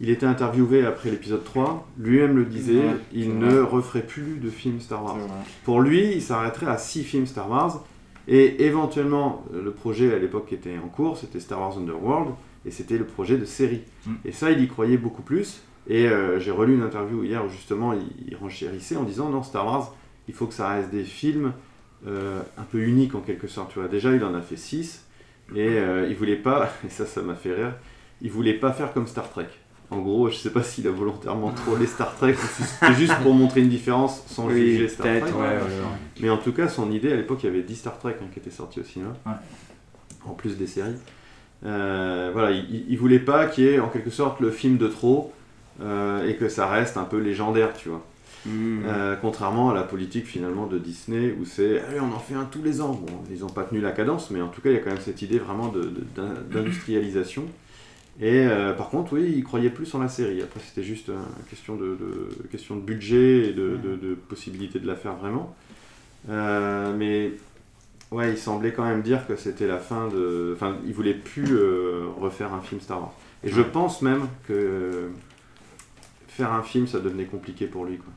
Speaker 8: Il était interviewé après l'épisode 3, lui-même le disait,
Speaker 2: Ouais, c'est
Speaker 8: il
Speaker 2: vrai.
Speaker 8: ne referait plus de films Star Wars.
Speaker 2: C'est vrai.
Speaker 4: Ah,
Speaker 8: Pour lui, il s'arrêterait à 6 films Star Wars, et éventuellement, le projet à l'époque qui était en cours, c'était Star Wars Underworld, et c'était le projet de série.
Speaker 5: Mm.
Speaker 8: Et ça, il y croyait beaucoup plus, et euh, j'ai relu une interview hier où justement, il, il renchérissait en disant, non, Star Wars, il faut que ça reste des films euh, un peu unique en quelque sorte. Tu vois, déjà, il en a fait 6 et euh, il voulait pas, et ça, ça m'a fait rire, il voulait pas faire comme Star Trek. En gros, je sais pas s'il a volontairement trollé Star Trek ou si c'était juste pour montrer une différence sans juger Star Trek.
Speaker 1: peut-être, ouais, ouais,
Speaker 4: Euh,
Speaker 1: ouais.
Speaker 8: Mais en tout cas, son idée, à l'époque, il y avait 10 Star Trek hein, qui étaient sortis au cinéma,
Speaker 5: Ouais.
Speaker 8: en plus des séries. Euh, voilà, il, il- il voulait pas qu'il y ait en quelque sorte le film de trop euh, et que ça reste un peu légendaire, tu vois.
Speaker 1: Mm.
Speaker 8: Euh, contrairement à la politique finalement de Disney où c'est allez on en fait un tous les ans. Bon, ils n'ont pas tenu la cadence, mais en tout cas il y a quand même cette idée vraiment de- de- d'in- d'industrialisation. Et euh, par contre, oui, ils croyaient plus en la série. Après, c'était juste euh, une question de, de- question de budget et de, de- de possibilité de la faire vraiment. Euh, mais ouais, il semblait quand même dire que c'était la fin de. Enfin, ils voulaient plus euh, refaire un film Star Wars. Et je pense même que euh, faire un film, ça devenait compliqué pour lui. Quoi.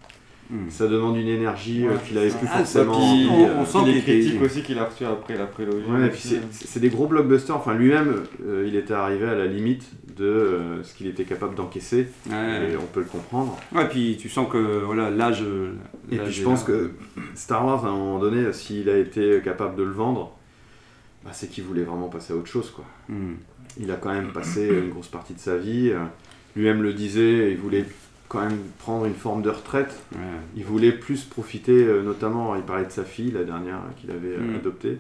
Speaker 1: Mm.
Speaker 8: Ça demande une énergie euh,
Speaker 2: Ouais,
Speaker 8: qu'il avait
Speaker 2: c'est
Speaker 8: plus
Speaker 1: ça. Ah,
Speaker 8: forcément.
Speaker 1: ça, puis
Speaker 8: envie,
Speaker 1: on-
Speaker 8: euh,
Speaker 1: on sent
Speaker 2: les
Speaker 1: qu'il était-
Speaker 2: critiques aussi qu'il a reçu après la prélogie.
Speaker 8: Ouais, et puis c'est- c'est c'est des gros blockbusters. Enfin, lui-même, euh, il était arrivé à la limite de euh, ce qu'il était capable d'encaisser.
Speaker 1: Ouais.
Speaker 8: Et on peut le comprendre.
Speaker 1: Ouais, puis tu sens que voilà, l'âge. euh,
Speaker 8: Et
Speaker 1: l'âge
Speaker 8: puis je
Speaker 1: est
Speaker 8: pense
Speaker 1: là.
Speaker 8: que Star Wars, à un moment donné, euh, s'il a été capable de le vendre, bah, c'est qu'il voulait vraiment passer à autre chose. Quoi.
Speaker 1: Mm.
Speaker 8: Il a quand même passé une grosse partie de sa vie. euh, Lui-même le disait, il voulait quand même prendre une forme de retraite.
Speaker 1: Ouais.
Speaker 8: Il voulait plus profiter, euh, notamment, il parlait de sa fille, la dernière euh, qu'il avait euh,
Speaker 1: Mm.
Speaker 8: adoptée.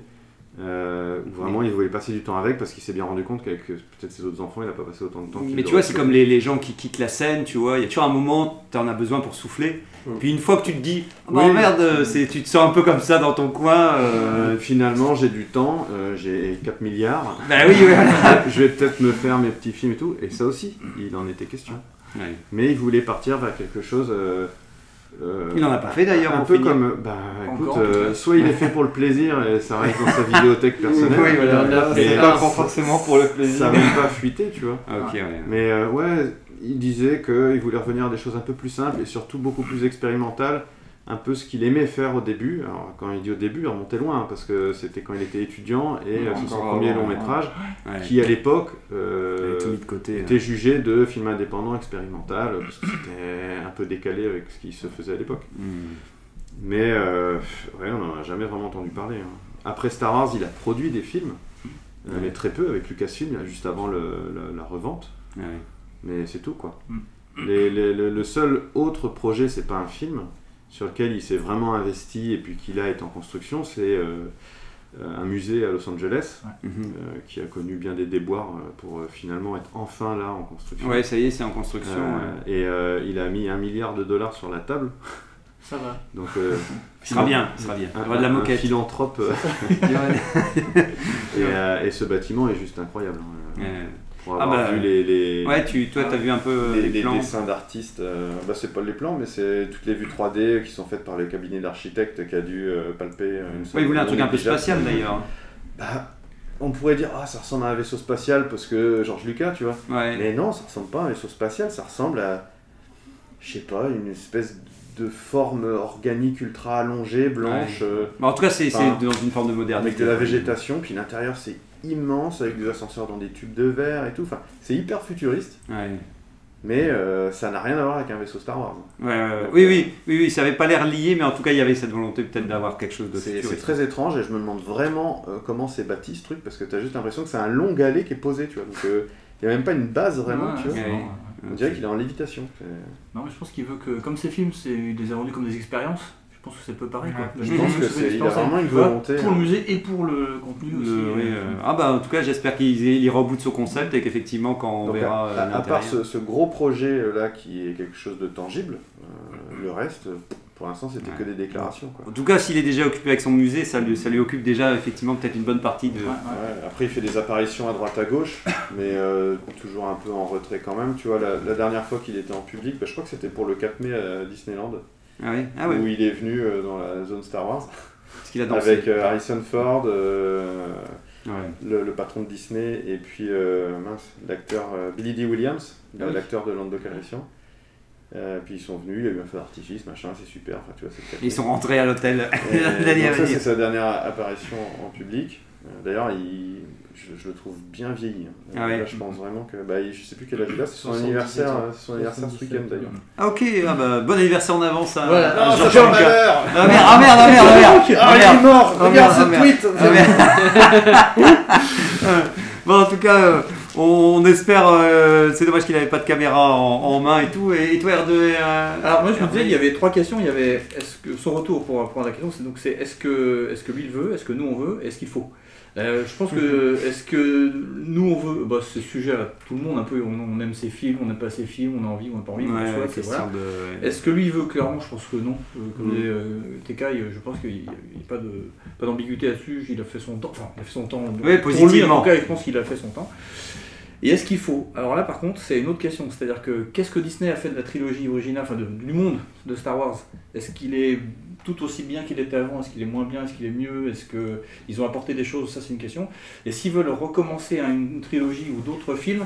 Speaker 8: Euh, où vraiment, il voulait passer du temps avec parce qu'il s'est bien rendu compte qu'avec euh, peut-être ses autres enfants, il n'a pas passé autant de temps. qu'il
Speaker 1: Mais tu vois,
Speaker 8: aurait
Speaker 1: c'est
Speaker 8: pu.
Speaker 1: comme les, les gens qui quittent la scène, tu vois. Il y a toujours un moment, tu en as besoin pour souffler.
Speaker 8: Mm.
Speaker 1: Puis une fois que tu te dis, Ah bah
Speaker 8: Oui.
Speaker 1: merde, euh, c'est- tu te sens un peu comme ça dans ton coin. euh,
Speaker 8: Euh, finalement, j'ai du temps, euh, j'ai 4 milliards.
Speaker 1: Bah oui, voilà.
Speaker 8: je vais peut-être me faire mes petits films et tout. Et ça aussi, il en était question.
Speaker 1: Ouais.
Speaker 8: Mais il voulait partir vers quelque chose. euh, euh,
Speaker 1: Il en a pas fait d'ailleurs.
Speaker 8: un
Speaker 1: pour
Speaker 8: peu
Speaker 1: finir.
Speaker 8: comme. Bah écoute,
Speaker 4: Encore.
Speaker 8: euh, soit il est fait pour le plaisir et ça reste dans sa vidéothèque personnelle.
Speaker 1: Oui, voilà.
Speaker 2: C'est
Speaker 8: Et
Speaker 2: pas pour- forcément pour le plaisir.
Speaker 8: ça va même pas fuiter, tu vois.
Speaker 1: Ah, ok, ouais.
Speaker 8: Mais euh, ouais, il disait qu'il voulait revenir à des choses un peu plus simples et surtout beaucoup plus expérimentales, un peu ce qu'il aimait faire au début. Alors quand il dit au début, il remontait loin, hein, parce que c'était quand il était étudiant et
Speaker 2: Ouais,
Speaker 8: euh, c'est son
Speaker 2: encore
Speaker 8: premier
Speaker 2: avant,
Speaker 8: long
Speaker 2: ouais.
Speaker 8: métrage,
Speaker 1: Ouais.
Speaker 8: qui à l'époque
Speaker 1: Il
Speaker 8: euh,
Speaker 1: avait tout hein. mis de côté. là.
Speaker 8: était jugé de film indépendant expérimental, parce que c'était un peu décalé avec ce qui se faisait à l'époque.
Speaker 1: Mm.
Speaker 8: Mais euh, ouais, on n'en a jamais vraiment entendu parler. hein. Après Star Wars, il a produit des films, euh,
Speaker 1: Ouais.
Speaker 8: mais très peu, avec Lucasfilm, là, juste avant le- la- la revente
Speaker 1: Ouais.
Speaker 8: mais c'est tout quoi.
Speaker 5: Mm.
Speaker 8: Les- les- le, le seul autre projet, c'est pas un film sur lequel il s'est vraiment investi et puis qui là est en construction, c'est euh, euh, un musée à Los Angeles
Speaker 1: Mhm.
Speaker 8: euh, qui a connu bien des déboires euh, pour euh, finalement être enfin là en construction.
Speaker 1: Ouais, ça y est, c'est en
Speaker 8: Euh,
Speaker 1: construction. ouais.
Speaker 8: Et euh, il a mis un milliard de dollars sur la table,
Speaker 4: Ça va.
Speaker 8: donc euh,
Speaker 1: Ce sera bien, ce sera bien. Il y
Speaker 8: un,
Speaker 1: aura de la
Speaker 8: Ah, un- un
Speaker 1: moquette.
Speaker 8: philanthrope euh, et, euh, et ce bâtiment est juste incroyable. hein.
Speaker 1: Ouais.
Speaker 8: Pour
Speaker 1: Ah
Speaker 8: avoir
Speaker 1: bah,
Speaker 8: vu les, les-
Speaker 1: Ouais, tu, toi, t'as vu un peu euh,
Speaker 8: Ah. les,
Speaker 1: les,
Speaker 8: les
Speaker 1: plans.
Speaker 8: dessins d'artistes, euh, bah, c'est pas les plans, mais c'est toutes les vues 3D qui sont faites par le cabinet d'architectes qui a dû euh, palper. euh, une
Speaker 1: Ouais,
Speaker 8: sorte
Speaker 1: il voulait un
Speaker 8: de
Speaker 1: truc un peu
Speaker 8: déjà.
Speaker 1: spatial d'ailleurs.
Speaker 8: Bah, on pourrait dire, ah, ça ressemble à un vaisseau spatial parce que Georges Lucas, tu vois.
Speaker 1: Ouais.
Speaker 8: Mais non, ça ressemble pas à un vaisseau spatial, ça ressemble à, je sais pas, une espèce de forme organique ultra allongée, blanche, euh,
Speaker 1: Bah, en tout cas, c'est c'est
Speaker 8: Enfin,
Speaker 1: dans une forme de modernité.
Speaker 8: avec de la végétation, puis l'intérieur c'est immense, avec des ascenseurs dans des tubes de verre et tout. Enfin, c'est hyper futuriste,
Speaker 1: Ouais.
Speaker 8: mais euh, ça n'a rien à voir avec un vaisseau Star Wars.
Speaker 1: Ouais, ouais, ouais. Oui, oui, oui, oui, ça avait pas l'air lié, mais en tout cas, il y avait cette volonté peut-être d'avoir quelque chose de
Speaker 8: C'est c'est
Speaker 1: futuriste.
Speaker 8: très étrange et je me demande vraiment euh, comment c'est bâti ce truc parce que t'as juste l'impression que c'est un long galet qui est posé, tu vois. Donc euh, y a même pas une base vraiment,
Speaker 4: Ouais,
Speaker 8: tu vois.
Speaker 4: c'est
Speaker 1: Ouais.
Speaker 4: marrant, ouais.
Speaker 8: On dirait qu'il est en lévitation. C'est-
Speaker 4: Non, mais je pense qu'il veut que, comme ces films, c'est, il les a rendus comme des expériences. Je pense que c'est peu pareil. quoi.
Speaker 8: Je pense
Speaker 4: Mmh.
Speaker 8: que c'est il a
Speaker 4: Dispense,
Speaker 8: vraiment une
Speaker 4: tu vois,
Speaker 8: volonté. euh,
Speaker 4: Pour le musée et pour le contenu aussi.
Speaker 1: Le- oui, euh, Ah bah en tout cas j'espère qu'il il ira au bout de son concept et qu'effectivement quand on
Speaker 8: Donc,
Speaker 1: verra
Speaker 8: à-
Speaker 1: euh,
Speaker 8: à, à
Speaker 1: l'intérieur.
Speaker 8: part ce, ce gros projet euh, là qui est quelque chose de tangible, euh, le reste, euh, pour l'instant, c'était que des déclarations. Quoi.
Speaker 1: En tout cas s'il est déjà occupé avec son musée, ça lui, ça lui occupe déjà effectivement peut-être une bonne partie
Speaker 4: euh,
Speaker 1: de...
Speaker 8: Ouais, après, il fait des apparitions à droite à gauche, mais euh, toujours un peu en retrait quand même. Tu vois, la, la dernière fois qu'il était en public, bah, je crois que c'était pour le 4 mai à Disneyland,
Speaker 1: Ah oui, ah ouais,
Speaker 8: où il est venu euh, dans la zone Star Wars
Speaker 1: parce qu'il a dansé.
Speaker 8: avec euh, Harrison Ford, euh,
Speaker 1: Ouais.
Speaker 8: le, le patron de Disney, et puis euh, mince, l'acteur euh, Billy Dee Williams,
Speaker 1: Ah oui.
Speaker 8: l'acteur de Lando Calrissian. Euh, puis ils sont venus, il y a eu un feu d'artifice, machin, c'est super. Enfin, tu vois, c'est le 4
Speaker 1: Et
Speaker 8: mai.
Speaker 1: Ils sont rentrés à l'hôtel
Speaker 8: Et
Speaker 1: l'année à
Speaker 8: donc ça, c'est
Speaker 1: venir.
Speaker 8: sa dernière apparition en public. Euh, D'ailleurs, il- je, je le trouve bien vieilli. hein.
Speaker 1: Ah ouais.
Speaker 8: Là, je pense vraiment que. Bah, il- je sais plus quel âge il a, c'est son
Speaker 4: 78
Speaker 8: anniversaire,
Speaker 4: ans.
Speaker 8: euh, c'est son anniversaire ce week-end d'ailleurs.
Speaker 1: Ah ok, ah bah, bon anniversaire en avance à,
Speaker 4: Voilà.
Speaker 1: à
Speaker 4: Non,
Speaker 1: Georges
Speaker 4: ça fait
Speaker 1: Lucas.
Speaker 8: malheur
Speaker 1: Ah merde, ah merde, ah merde, ah merde, ah merde.
Speaker 8: mort
Speaker 1: Ah, merde, ah, merde. Ah, merde. Ah Bon, en tout cas, euh, on, on espère. euh, c'est dommage qu'il n'avait pas de caméra en, en main et tout. Et, et toi, R2 euh,
Speaker 4: Alors moi je me
Speaker 1: Hervé
Speaker 4: disais il y avait trois questions, il y avait est-ce que son retour pour répondre à la question c'est donc c'est est-ce que est-ce que lui il veut, est-ce que nous on veut, est-ce qu'il faut. Euh, je pense que est-ce que nous on veut, bah, c'est sujet à tout le monde un peu, on, on aime ses films, on n'aime pas ses films, on a envie, on n'a pas envie,
Speaker 1: Ouais,
Speaker 4: on le souhaite, et
Speaker 1: question
Speaker 4: voilà.
Speaker 1: de-
Speaker 4: Est-ce que lui il veut clairement je pense que non. Euh, Comme
Speaker 1: Mm.
Speaker 4: disait, euh, TK, euh, je pense qu'il n'y a, il y a pas de pas d'ambiguïté là-dessus, il a fait son temps, enfin il a fait son temps
Speaker 1: Oui,
Speaker 4: pour lui en
Speaker 1: positivement.
Speaker 4: tout cas je pense qu'il a fait son temps. Et est-ce qu'il faut Alors là, par contre, c'est une autre question. C'est-à-dire que qu'est-ce que Disney a fait de la trilogie originale, enfin de- du monde de Star Wars Est-ce qu'il est tout aussi bien qu'il était avant Est-ce qu'il est moins bien Est-ce qu'il est mieux Est-ce qu'ils ont apporté des choses Ça, c'est une question. Et s'ils veulent recommencer à une trilogie ou d'autres films,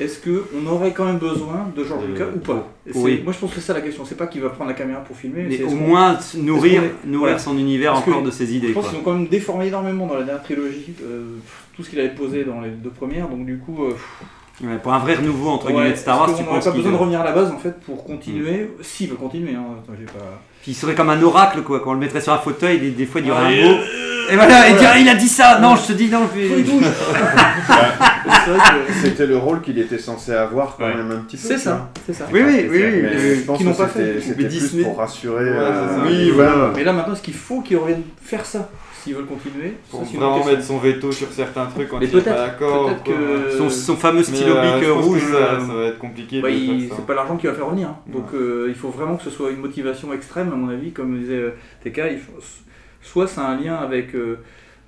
Speaker 4: est-ce qu'on aurait quand même besoin de George
Speaker 1: Euh,
Speaker 4: Lucas ou pas Et c'est-
Speaker 1: oui.
Speaker 4: Moi, je pense que c'est ça la question. C'est pas qu'il va prendre la caméra pour filmer,
Speaker 1: Mais
Speaker 4: c'est
Speaker 1: au
Speaker 4: est-ce qu'on-
Speaker 1: moins s- nourrir,
Speaker 4: est-ce qu'on est-
Speaker 1: nourrir
Speaker 4: ouais.
Speaker 1: son univers
Speaker 4: Parce que
Speaker 1: encore de ses idées.
Speaker 4: je pense
Speaker 1: quoi.
Speaker 4: qu'ils ont quand même déformé énormément dans la dernière trilogie euh, tout ce qu'il avait posé dans les deux premières. Donc du coup, euh,
Speaker 1: Ouais, pour un vrai renouveau entre
Speaker 4: Ouais,
Speaker 1: guillemets de Star
Speaker 4: est-ce
Speaker 1: Wars,
Speaker 4: qu'on
Speaker 1: tu
Speaker 4: aurait
Speaker 1: penses Hmm.
Speaker 4: pas
Speaker 1: qu'il
Speaker 4: besoin de revenir à la base en fait pour continuer S'il veut continuer, hein. Attends, j'ai pas.
Speaker 1: Puis il serait comme un oracle quoi. Quand on le mettrait sur un fauteuil, des, des fois il dirait
Speaker 4: Ouais.
Speaker 1: un mot. Et voilà, il dirait il a dit ça. Non, je te dis non. puis-
Speaker 4: c'est vrai que-
Speaker 8: C'était le rôle qu'il était censé avoir quand
Speaker 5: Ouais.
Speaker 8: même un petit peu.
Speaker 4: C'est
Speaker 8: tu vois.
Speaker 4: ça, c'est ça.
Speaker 1: Oui, oui, oui, oui.
Speaker 8: Mais
Speaker 1: euh,
Speaker 8: je pense
Speaker 4: qu'ils n'ont
Speaker 8: que
Speaker 4: pas
Speaker 8: c'était
Speaker 4: fait.
Speaker 8: c'était
Speaker 1: Mais
Speaker 8: plus
Speaker 1: Disney-
Speaker 8: pour rassurer.
Speaker 1: Ouais,
Speaker 8: euh,
Speaker 1: c'est ça.
Speaker 8: les
Speaker 1: Oui,
Speaker 8: fans.
Speaker 1: voilà.
Speaker 4: Mais là maintenant, est-ce qu'il faut qu'ils reviennent faire ça s'ils veulent continuer Ça,
Speaker 2: Pour
Speaker 4: c'est une
Speaker 2: vraiment
Speaker 4: autre
Speaker 2: mettre
Speaker 4: question.
Speaker 2: son veto sur certains trucs quand
Speaker 4: Mais
Speaker 2: il n'est pas
Speaker 4: peut-être,
Speaker 2: d'accord.
Speaker 4: peut-être
Speaker 2: quoi.
Speaker 4: que-
Speaker 1: Son, son fameux
Speaker 2: Mais,
Speaker 1: stylo
Speaker 2: euh,
Speaker 1: bic
Speaker 2: je pense que
Speaker 1: rouge.
Speaker 2: ça,
Speaker 1: euh,
Speaker 2: ça va être compliqué.
Speaker 4: Bah,
Speaker 2: de
Speaker 4: il-
Speaker 2: faire ça.
Speaker 4: c'est pas l'argent qui va faire revenir. hein. Donc
Speaker 2: Ouais.
Speaker 4: euh, il faut vraiment que ce soit une motivation extrême, à mon avis, comme disait euh, TK. il faut- Soit c'est un lien avec, euh,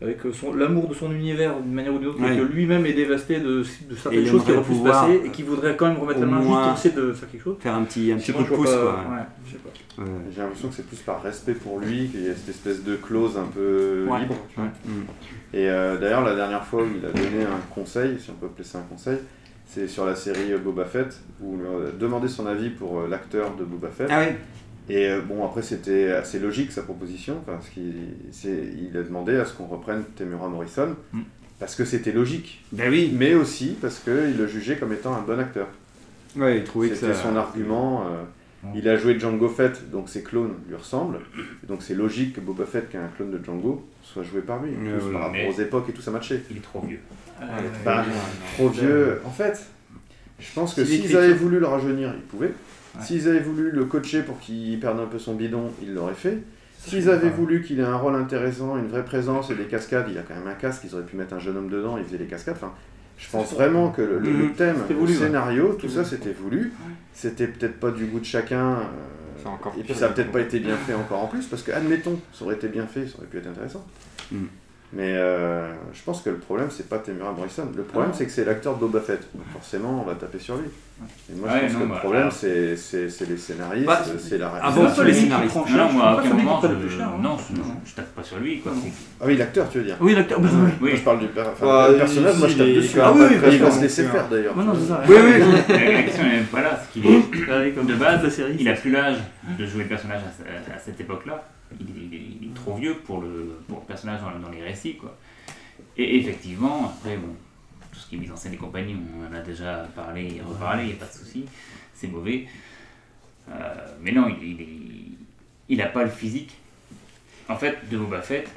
Speaker 4: avec euh, son- l'amour de son univers d'une manière ou d'une autre,
Speaker 1: Ouais.
Speaker 4: et que lui-même est dévasté de, de
Speaker 1: Et
Speaker 4: certaines
Speaker 1: il
Speaker 4: choses qui
Speaker 1: aimerait
Speaker 4: auraient pu se
Speaker 1: pouvoir,
Speaker 4: passer et qui voudrait quand même remettre
Speaker 1: au
Speaker 4: la main juste
Speaker 1: moins-
Speaker 4: pour essayer de faire quelque chose.
Speaker 1: Faire un petit, un petit
Speaker 4: Sinon,
Speaker 1: coup
Speaker 4: je
Speaker 1: de
Speaker 4: vois
Speaker 1: pouce
Speaker 4: pas-
Speaker 1: quoi.
Speaker 4: ouais, je sais pas.
Speaker 1: Ouais.
Speaker 8: J'ai l'impression que c'est plus par respect pour lui qu'il y a cette espèce de clause un peu
Speaker 4: Ouais.
Speaker 8: libre. tu vois.
Speaker 1: Ouais. Mm.
Speaker 8: Et euh, d'ailleurs, la dernière fois où il a donné un conseil, si on peut appeler ça un conseil, c'est sur la série euh, Boba Fett, où on lui a demandé son avis pour euh, l'acteur de Boba Fett.
Speaker 1: Ah oui.
Speaker 8: Et euh, bon, après, c'était assez logique sa proposition, parce qu'il c'est- il a demandé à ce qu'on reprenne Temura Morrison,
Speaker 4: Mm.
Speaker 8: parce que c'était logique,
Speaker 1: Hmm. Ben oui.
Speaker 8: mais aussi parce qu'il le jugeait comme étant un bon acteur.
Speaker 1: Ouais, il trouvait que
Speaker 8: C'était
Speaker 1: ça.
Speaker 8: son argument. euh, il a joué Django Fett, donc ses clones lui ressemblent. Donc c'est logique que Boba Fett, qui est un clone de Django, soit joué par lui. En
Speaker 1: Ouais,
Speaker 8: plus,
Speaker 1: voilà.
Speaker 8: par rapport
Speaker 5: Mais-
Speaker 8: aux époques et tout, ça matchait.
Speaker 5: Il est trop vieux.
Speaker 4: Euh,
Speaker 8: Bah, trop vieux. En fait, je pense que
Speaker 1: C'est
Speaker 8: s'ils
Speaker 1: l'écriture.
Speaker 8: avaient voulu le rajeunir, ils pouvaient. S'ils avaient voulu le coacher pour qu'il perde un peu son bidon, ils l'auraient fait. S'ils avaient voulu qu'il ait un rôle intéressant, une vraie présence et des cascades, il a quand même un casque, ils auraient pu mettre un jeune homme dedans, il faisait des cascades. Enfin, je pense vraiment que le, le- le
Speaker 1: Mhm.
Speaker 8: thème,
Speaker 4: C'était
Speaker 8: le
Speaker 4: voulu, ouais.
Speaker 8: scénario, tout
Speaker 4: C'était
Speaker 8: ça, c'était voulu. C'était peut-être pas du goût de chacun. euh,
Speaker 2: C'est encore
Speaker 8: et puis
Speaker 2: pire,
Speaker 8: ça a
Speaker 2: du
Speaker 8: peut-être
Speaker 2: coup.
Speaker 8: pas été bien fait encore en plus, parce que, admettons, ça aurait été bien fait, ça aurait pu être intéressant.
Speaker 1: Mm.
Speaker 8: Mais euh, je pense que le problème, c'est pas Temura Morrison. Le problème, c'est que c'est l'acteur de Boba Fett. Donc forcément, on va taper sur lui. Et moi,
Speaker 5: Ouais,
Speaker 8: je pense
Speaker 5: non,
Speaker 8: que le
Speaker 5: bah,
Speaker 8: problème,
Speaker 5: alors-
Speaker 8: c'est c'est- c'est les scénaristes,
Speaker 1: Bah,
Speaker 8: c'est la
Speaker 1: avant
Speaker 8: réalisation.
Speaker 1: tout, les scénaristes.
Speaker 4: prend
Speaker 5: Non, non,
Speaker 4: cher,
Speaker 5: moi,
Speaker 4: je pense
Speaker 5: à
Speaker 4: pas
Speaker 5: aucun
Speaker 4: celui qui
Speaker 5: moment,
Speaker 4: prend le
Speaker 5: je-
Speaker 4: plus cher, hein.
Speaker 5: non, je, je tape pas sur lui. Quoi.
Speaker 4: Non.
Speaker 8: Ah oui, l'acteur, tu veux dire
Speaker 4: Oui, l'acteur. bah, ouais.
Speaker 8: Moi,
Speaker 5: Oui,
Speaker 8: je parle du per- enfin,
Speaker 2: Bah,
Speaker 8: le personnage,
Speaker 2: il-
Speaker 8: moi je tape
Speaker 2: il est
Speaker 8: dessus.
Speaker 2: quand
Speaker 8: Ah
Speaker 2: même
Speaker 8: oui,
Speaker 2: pas très
Speaker 8: il va se
Speaker 2: bon.
Speaker 8: laisser faire d'ailleurs.
Speaker 4: Ouais, non, c'est ça.
Speaker 1: Oui, oui.
Speaker 5: la la question n'est même pas là. Parce qu'il est,
Speaker 4: Ah
Speaker 5: de base,
Speaker 4: la série,
Speaker 5: il a plus l'âge de jouer le personnage à, ce- à cette époque-là. Il, est- il est- il est trop vieux pour le, pour le personnage dans, dans les récits. Quoi. Et effectivement, après, bon, tout ce qui est mise en scène et compagnie, on en a déjà parlé et reparlé, il n'y a pas de souci. C'est mauvais. Euh, mais non, il n'a pas le physique, en fait, de Boba Fett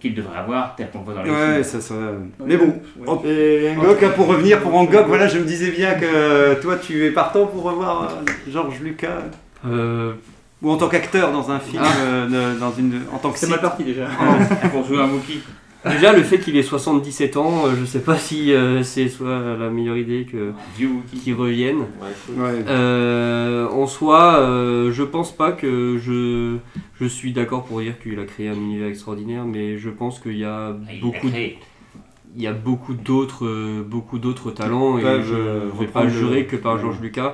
Speaker 5: qu'il devrait avoir tel qu'on le voit dans les films.
Speaker 1: Ouais, ça, ça. Mais bon.
Speaker 4: Ouais.
Speaker 1: Hop. Et Ngok, hein, pour revenir pour Ngok, voilà, je me disais bien que euh, toi, tu es partant pour revoir euh, Georges Lucas.
Speaker 3: Euh,
Speaker 1: Ou en tant qu'acteur dans un film, euh, de- dans une, en tant que
Speaker 7: C'est
Speaker 1: site.
Speaker 7: mal parti déjà.
Speaker 5: pour jouer un Wookie.
Speaker 6: Déjà, le fait qu'il ait 77 ans, euh, je sais pas si euh, c'est soit la meilleure idée que
Speaker 5: Vieux Wookie.
Speaker 6: qu'il revienne.
Speaker 1: Ouais.
Speaker 6: Euh, en soi, euh, je pense pas que je, je suis d'accord pour dire qu'il a créé un univers extraordinaire, mais je pense qu'il y a
Speaker 5: Ah, il
Speaker 6: beaucoup,
Speaker 5: l'a créé.
Speaker 6: il y a beaucoup d'autres, euh, beaucoup d'autres talents et
Speaker 8: peuvent,
Speaker 6: je
Speaker 8: euh,
Speaker 6: ne vais pas
Speaker 8: reprendre
Speaker 6: jurer
Speaker 8: le-
Speaker 6: que par
Speaker 8: le-
Speaker 6: Georges Lucas.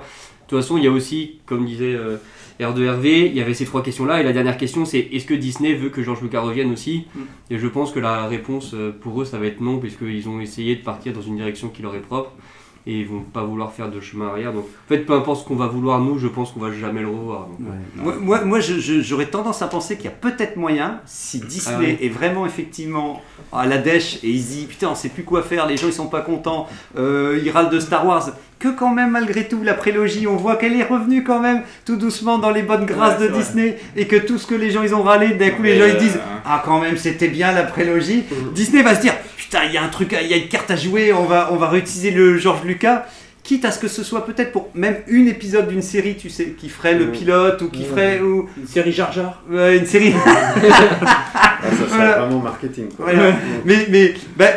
Speaker 6: De toute façon, il y a aussi, comme disait euh, R2RV, il y avait ces trois questions-là et la dernière question, c'est est-ce que Disney veut que Georges Lucas revienne aussi
Speaker 7: Mm.
Speaker 6: Et je pense que la réponse euh, pour eux, ça va être non, puisqu'ils ont essayé de partir dans une direction qui leur est propre et ils vont pas vouloir faire de chemin arrière. Donc, en fait, peu importe ce qu'on va vouloir, nous, je pense qu'on va jamais le revoir. donc.
Speaker 1: Moi, moi, moi, je- je- j'aurais tendance à penser qu'il y a peut-être moyen, si Disney
Speaker 6: Ah ouais.
Speaker 1: est vraiment effectivement à la dèche et il se dit putain, on sait plus quoi faire, les gens ils sont pas contents, euh, ils râlent de Star Wars, que quand même, malgré tout, la prélogie, on voit qu'elle est revenue quand même tout doucement dans les bonnes grâces
Speaker 2: Ouais,
Speaker 1: de
Speaker 2: c'est
Speaker 1: Disney et que tout ce que les gens ils ont râlé, d'un coup, les gens
Speaker 2: Mais,
Speaker 1: ils disent
Speaker 2: euh,
Speaker 1: ah, quand même, c'était bien la prélogie. Disney va se dire putain, il y a un truc, à- il y a une carte à jouer, on va, on va réutiliser le George Lucas. Quitte à ce que ce soit peut-être pour même une épisode d'une série, tu sais, qui ferait le
Speaker 7: Ouais.
Speaker 1: pilote ou qui
Speaker 7: Ouais.
Speaker 1: ferait ou
Speaker 7: Une série Jar Jar.
Speaker 1: euh, une série.
Speaker 8: Ah, ça serait
Speaker 1: Voilà.
Speaker 8: vraiment marketing. Quoi.
Speaker 1: Voilà.
Speaker 8: Donc,
Speaker 1: mais mais ben,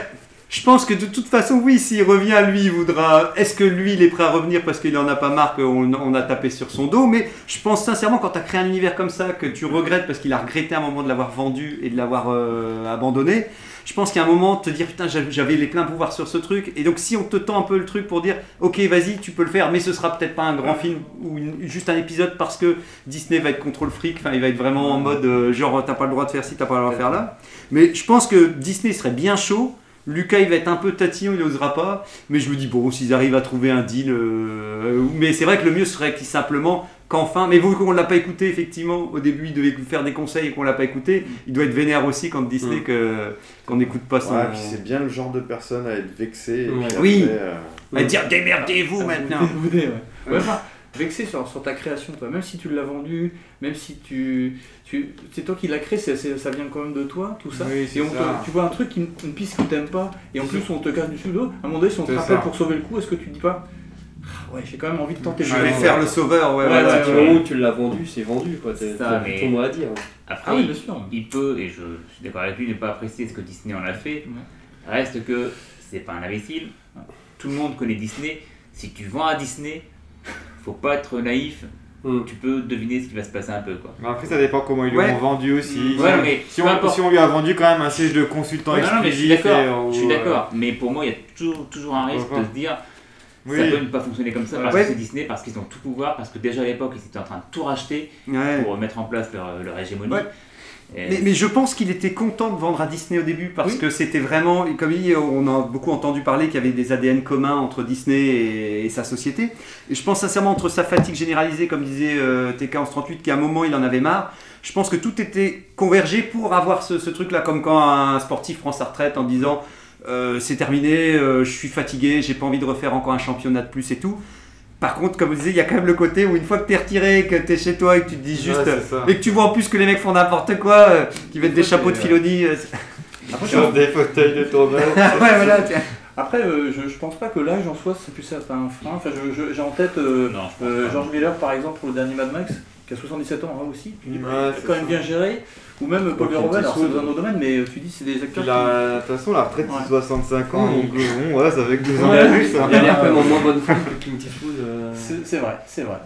Speaker 1: je pense que de toute façon, oui, s'il revient, lui, il voudra. Euh, Est-ce que lui, il est prêt à revenir parce qu'il en a pas marre qu'on on a tapé sur son dos Mais je pense sincèrement, quand tu as créé un univers comme ça, que tu regrettes parce qu'il a regretté à un moment de l'avoir vendu et de l'avoir euh, abandonné. Je pense qu'à un moment, te dire putain, j'a- j'avais les pleins pouvoirs sur ce truc. Et donc, si on te tend un peu le truc pour dire ok, vas-y, tu peux le faire, mais ce sera peut-être pas un grand film ou une- juste un épisode parce que Disney va être contrôle fric. Enfin, il va être vraiment en mode euh, genre t'as pas le droit de faire ci, t'as pas le droit de faire là. Mais je pense que Disney serait bien chaud. Lucas, il va être un peu tatillon, il n'osera pas. Mais je me dis, bon, s'ils arrivent à trouver un deal. euh, mais c'est vrai que le mieux serait qu'ils simplement qu'enfin. Mais vu qu'on ne l'a pas écouté, effectivement, au début, il devait faire des conseils et qu'on ne l'a pas écouté, il doit être vénère aussi quand Disney
Speaker 6: Mm.
Speaker 1: que- qu'on n'écoute pas son.
Speaker 8: ouais, puis c'est bien le genre de personne à être vexée. et puis
Speaker 6: Ouais.
Speaker 8: après,
Speaker 1: Oui.
Speaker 8: euh,
Speaker 1: à dire, démerdez-vous maintenant.
Speaker 7: Vous venez, ouais. Ouais, enfin, vexé sur, sur ta création, toi. Même si tu l'as vendue, même si tu. tu c'est toi qui l'as créé, c'est- c'est- ça vient quand même de toi, tout ça.
Speaker 2: Oui, c'est
Speaker 7: et on te-
Speaker 2: ça.
Speaker 7: tu vois un truc, qui- une, piste que t'aimes pas, et en plus on te casse du sous À un moment donné, si on te
Speaker 2: C'est
Speaker 7: rappelle
Speaker 2: ça.
Speaker 7: pour sauver le coup, est-ce que tu dis pas Ah Ouais, j'ai quand même envie de tenter
Speaker 1: Je
Speaker 7: le
Speaker 1: vais
Speaker 7: coup.
Speaker 1: faire le sauveur, ouais,
Speaker 7: Ouais,
Speaker 1: ouais,
Speaker 7: ouais,
Speaker 1: ouais. Ah,
Speaker 6: Du moment où tu l'as vendu, c'est vendu. quoi. T'as
Speaker 7: Ça,
Speaker 6: t'as
Speaker 5: mais-
Speaker 6: ton mot à dire.
Speaker 5: Après,
Speaker 7: Ah oui,
Speaker 5: il-
Speaker 7: bien sûr.
Speaker 5: il peut, et je suis d'accord avec lui, ne pas apprécier ce que Disney en a fait. Reste que c'est pas un imbécile. Tout le monde connaît Disney. Si tu vends à Disney, faut pas être naïf.
Speaker 2: Hmm.
Speaker 6: Mm.
Speaker 5: Tu peux deviner ce qui va se passer un peu. quoi.
Speaker 2: Mais après, ça dépend comment ils lui
Speaker 1: Ouais.
Speaker 2: ont vendu aussi.
Speaker 5: Ouais,
Speaker 2: Si-
Speaker 5: mais
Speaker 2: si,
Speaker 5: peu
Speaker 2: on,
Speaker 5: importe.
Speaker 2: si on lui a vendu quand même un siège de consultant
Speaker 5: Ouais, non, non, mais je suis
Speaker 2: exclusif. et
Speaker 5: d'accord.
Speaker 2: on- euh.
Speaker 5: Je suis d'accord. Mais pour moi, il y a toujours, toujours un risque de se dire ça
Speaker 2: Oui.
Speaker 5: peut ne pas fonctionner comme ça parce
Speaker 1: Ouais.
Speaker 5: que c'est Disney, parce qu'ils ont tout pouvoir, parce que déjà à l'époque, ils étaient en train de tout racheter
Speaker 1: Ouais.
Speaker 5: pour mettre en place leur, leur hégémonie.
Speaker 1: Ouais.
Speaker 5: Et-
Speaker 1: Mais, mais je pense qu'il était content de vendre à Disney au début parce
Speaker 7: Oui.
Speaker 1: que c'était vraiment, comme il dit, on a beaucoup entendu parler qu'il y avait des ADN communs entre Disney et, et sa société. Et je pense sincèrement entre sa fatigue généralisée, comme disait euh, TK1138, qu'à un moment il en avait marre, je pense que tout était convergé pour avoir ce, ce truc-là, comme quand un sportif prend sa retraite en disant euh, c'est terminé, euh, je suis fatigué, j'ai pas envie de refaire encore un championnat de plus et tout. Par contre, comme je disais, il y a quand même le côté où une fois que t'es retiré, que t'es chez toi et que tu te dis juste.
Speaker 2: Ouais,
Speaker 5: euh,
Speaker 2: c'est ça.
Speaker 1: Et que tu vois en plus que les mecs font n'importe quoi, euh, qui mettent des chapeaux de Filoni. euh, c'est-
Speaker 2: Sur des fauteuils de tournage.
Speaker 1: Ah ouais, voilà. tiens.
Speaker 7: Après, euh, je, je pense pas que l'âge en soi, c'est plus ça, c'est un frein. Enfin, je- je- j'ai en tête euh,
Speaker 5: Non, je pense
Speaker 7: euh,
Speaker 5: pas.
Speaker 7: George Miller, par exemple, pour le dernier Mad Max, qui a 77 ans hein, aussi.
Speaker 8: Mm,
Speaker 7: Tu dis,
Speaker 2: Ouais, c'est
Speaker 7: quand
Speaker 2: ça.
Speaker 7: même bien géré. Ou même Paul
Speaker 8: Clint
Speaker 7: Verhoeven, alors c'est
Speaker 8: Eastwood.
Speaker 7: dans un autre domaine, mais euh, tu dis, c'est des acteurs
Speaker 2: Il
Speaker 7: qui.
Speaker 2: a- De toute façon, la retraite,
Speaker 7: Ouais.
Speaker 2: c'est 65 ans. Donc, euh, bon, ouais, ça fait que deux ans
Speaker 7: Ouais.
Speaker 2: de plus. hein.
Speaker 6: Il a l'air quand même en moins bonne forme que Clint Eastwood. euh,
Speaker 7: C'est c'est vrai, c'est vrai.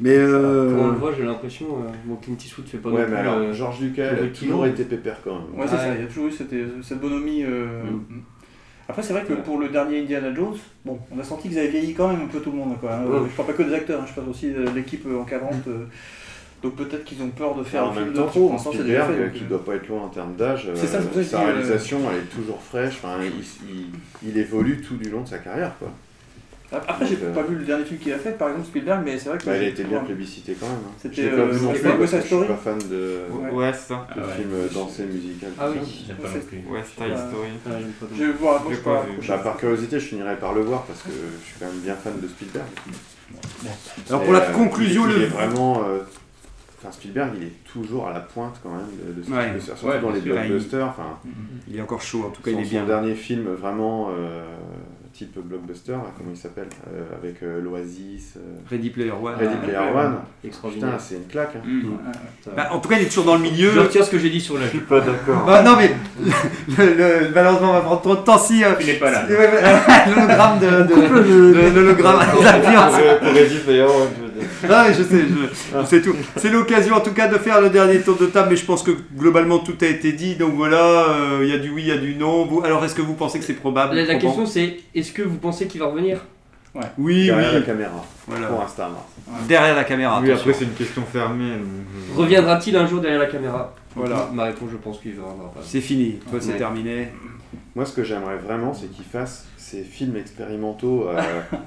Speaker 8: Mais euh,
Speaker 6: Quand on le voit, j'ai l'impression euh, bon, Clint Eastwood fait pas
Speaker 8: ouais,
Speaker 6: non plus.
Speaker 8: mais alors,
Speaker 6: euh,
Speaker 8: Georges Lucas,
Speaker 6: le
Speaker 8: il a toujours
Speaker 6: kilo.
Speaker 8: été pépère quand même.
Speaker 7: Ouais, c'est
Speaker 6: Ouais.
Speaker 7: ça, il y a toujours eu cette, cette bonhomie. euh,
Speaker 6: Mm.
Speaker 7: Après, c'est vrai que pour le dernier Indiana Jones, bon, on a senti qu'ils avaient vieilli quand même un peu tout le monde. Quoi. hein.
Speaker 6: Ouais.
Speaker 7: Je parle pas que des acteurs, hein, je parle aussi de l'équipe euh, encadrante. euh, donc peut-être qu'ils ont peur de faire
Speaker 8: Mm. en
Speaker 7: un film
Speaker 8: même
Speaker 7: de
Speaker 8: temps,
Speaker 7: trop.
Speaker 8: tu
Speaker 7: en
Speaker 8: prends
Speaker 7: même temps, c'est déjà
Speaker 8: Spielberg,
Speaker 7: fait,
Speaker 8: euh,
Speaker 7: donc,
Speaker 8: qui
Speaker 7: euh,
Speaker 8: doit pas être loin en termes d'âge. euh,
Speaker 7: C'est ça, c'est pour ça que
Speaker 8: sa
Speaker 7: je dis, euh,
Speaker 8: réalisation, elle est toujours fraîche. Enfin, il, il- il évolue tout du long de sa carrière. Quoi.
Speaker 7: Après, j'ai
Speaker 8: Donc, euh,
Speaker 7: pas vu le dernier film qu'il a fait, par exemple Spielberg, mais c'est vrai que.
Speaker 8: Bah, il a
Speaker 7: j'ai-
Speaker 8: été bien plébiscité quand même. hein.
Speaker 7: C'était,
Speaker 8: Je l'ai pas
Speaker 7: euh,
Speaker 8: vu non
Speaker 7: c'était West
Speaker 8: plus,
Speaker 7: Side
Speaker 8: parce que je suis
Speaker 7: Story
Speaker 8: pas fan de, de
Speaker 7: Ouais.
Speaker 2: Ouais, c'est Mm. ça.
Speaker 5: Ah ouais.
Speaker 8: films euh, dansés musicales. tout
Speaker 6: Ah oui.
Speaker 8: ça.
Speaker 5: J'aime pas non plus.
Speaker 2: Ouais, Style
Speaker 7: Ouais.
Speaker 2: Story.
Speaker 7: Je vais voir,
Speaker 2: J'ai
Speaker 7: je
Speaker 2: pas
Speaker 7: pas.
Speaker 2: vu.
Speaker 7: accroché.
Speaker 8: Bah, par curiosité, je finirai par le voir parce que je suis quand même bien fan de Spielberg.
Speaker 1: Alors
Speaker 8: Et,
Speaker 1: pour la
Speaker 8: euh,
Speaker 1: conclusion,
Speaker 8: il, il
Speaker 1: le.
Speaker 8: est vraiment. euh, Enfin, Spielberg, il est toujours à la pointe quand même de, de ce
Speaker 1: Ouais.
Speaker 8: qu'il veut faire, surtout
Speaker 5: Ouais,
Speaker 8: dans
Speaker 5: bien
Speaker 8: les
Speaker 5: sûr.
Speaker 8: blockbusters. Enfin,
Speaker 1: Il est encore chaud, en tout cas,
Speaker 8: son,
Speaker 1: il est bien.
Speaker 8: son dernier film, vraiment, euh, type blockbuster, là, comment il s'appelle euh, Avec euh, l'Oasis, euh,
Speaker 1: Ready Player One.
Speaker 8: Ready Player One.
Speaker 6: Extraordinaire.
Speaker 8: Putain, c'est une claque. Hein.
Speaker 5: Mmh.
Speaker 1: Bah, en tout cas, il est toujours dans le milieu.
Speaker 6: Je retire ce que j'ai dit sur la
Speaker 8: suis pas d'accord.
Speaker 1: Bah, non, mais le, le- malheureusement, on va prendre trop de temps si. euh,
Speaker 5: Tu n'es pas là.
Speaker 1: si- ouais, ouais, L'hologramme de. de- de- L'hologramme de la viande.
Speaker 8: Pour Ready Player One, je veux dire.
Speaker 1: Ah, oui, je sais, je- c'est tout. C'est l'occasion en tout cas de faire le dernier tour de table, mais je pense que globalement tout a été dit. Donc voilà, euh, il y a du oui, il y a du non. Vous- alors est-ce que vous pensez que c'est probable
Speaker 6: La, la
Speaker 1: probant
Speaker 6: question c'est est-ce que vous pensez qu'il va revenir
Speaker 1: Oui,
Speaker 8: Derrière la
Speaker 1: oui.
Speaker 8: caméra,
Speaker 1: Voilà.
Speaker 8: pour un Star Wars.
Speaker 1: Derrière la caméra.
Speaker 2: Oui,
Speaker 1: attention.
Speaker 2: après, c'est une question fermée. donc, euh,
Speaker 6: Reviendra-t-il un jour derrière la caméra
Speaker 1: Voilà.
Speaker 6: Ma réponse, je pense qu'il reviendra pas.
Speaker 1: C'est fini. Toi, c'est
Speaker 8: Ouais.
Speaker 1: terminé.
Speaker 8: Moi, ce que j'aimerais vraiment, c'est qu'ils fassent ces films expérimentaux euh,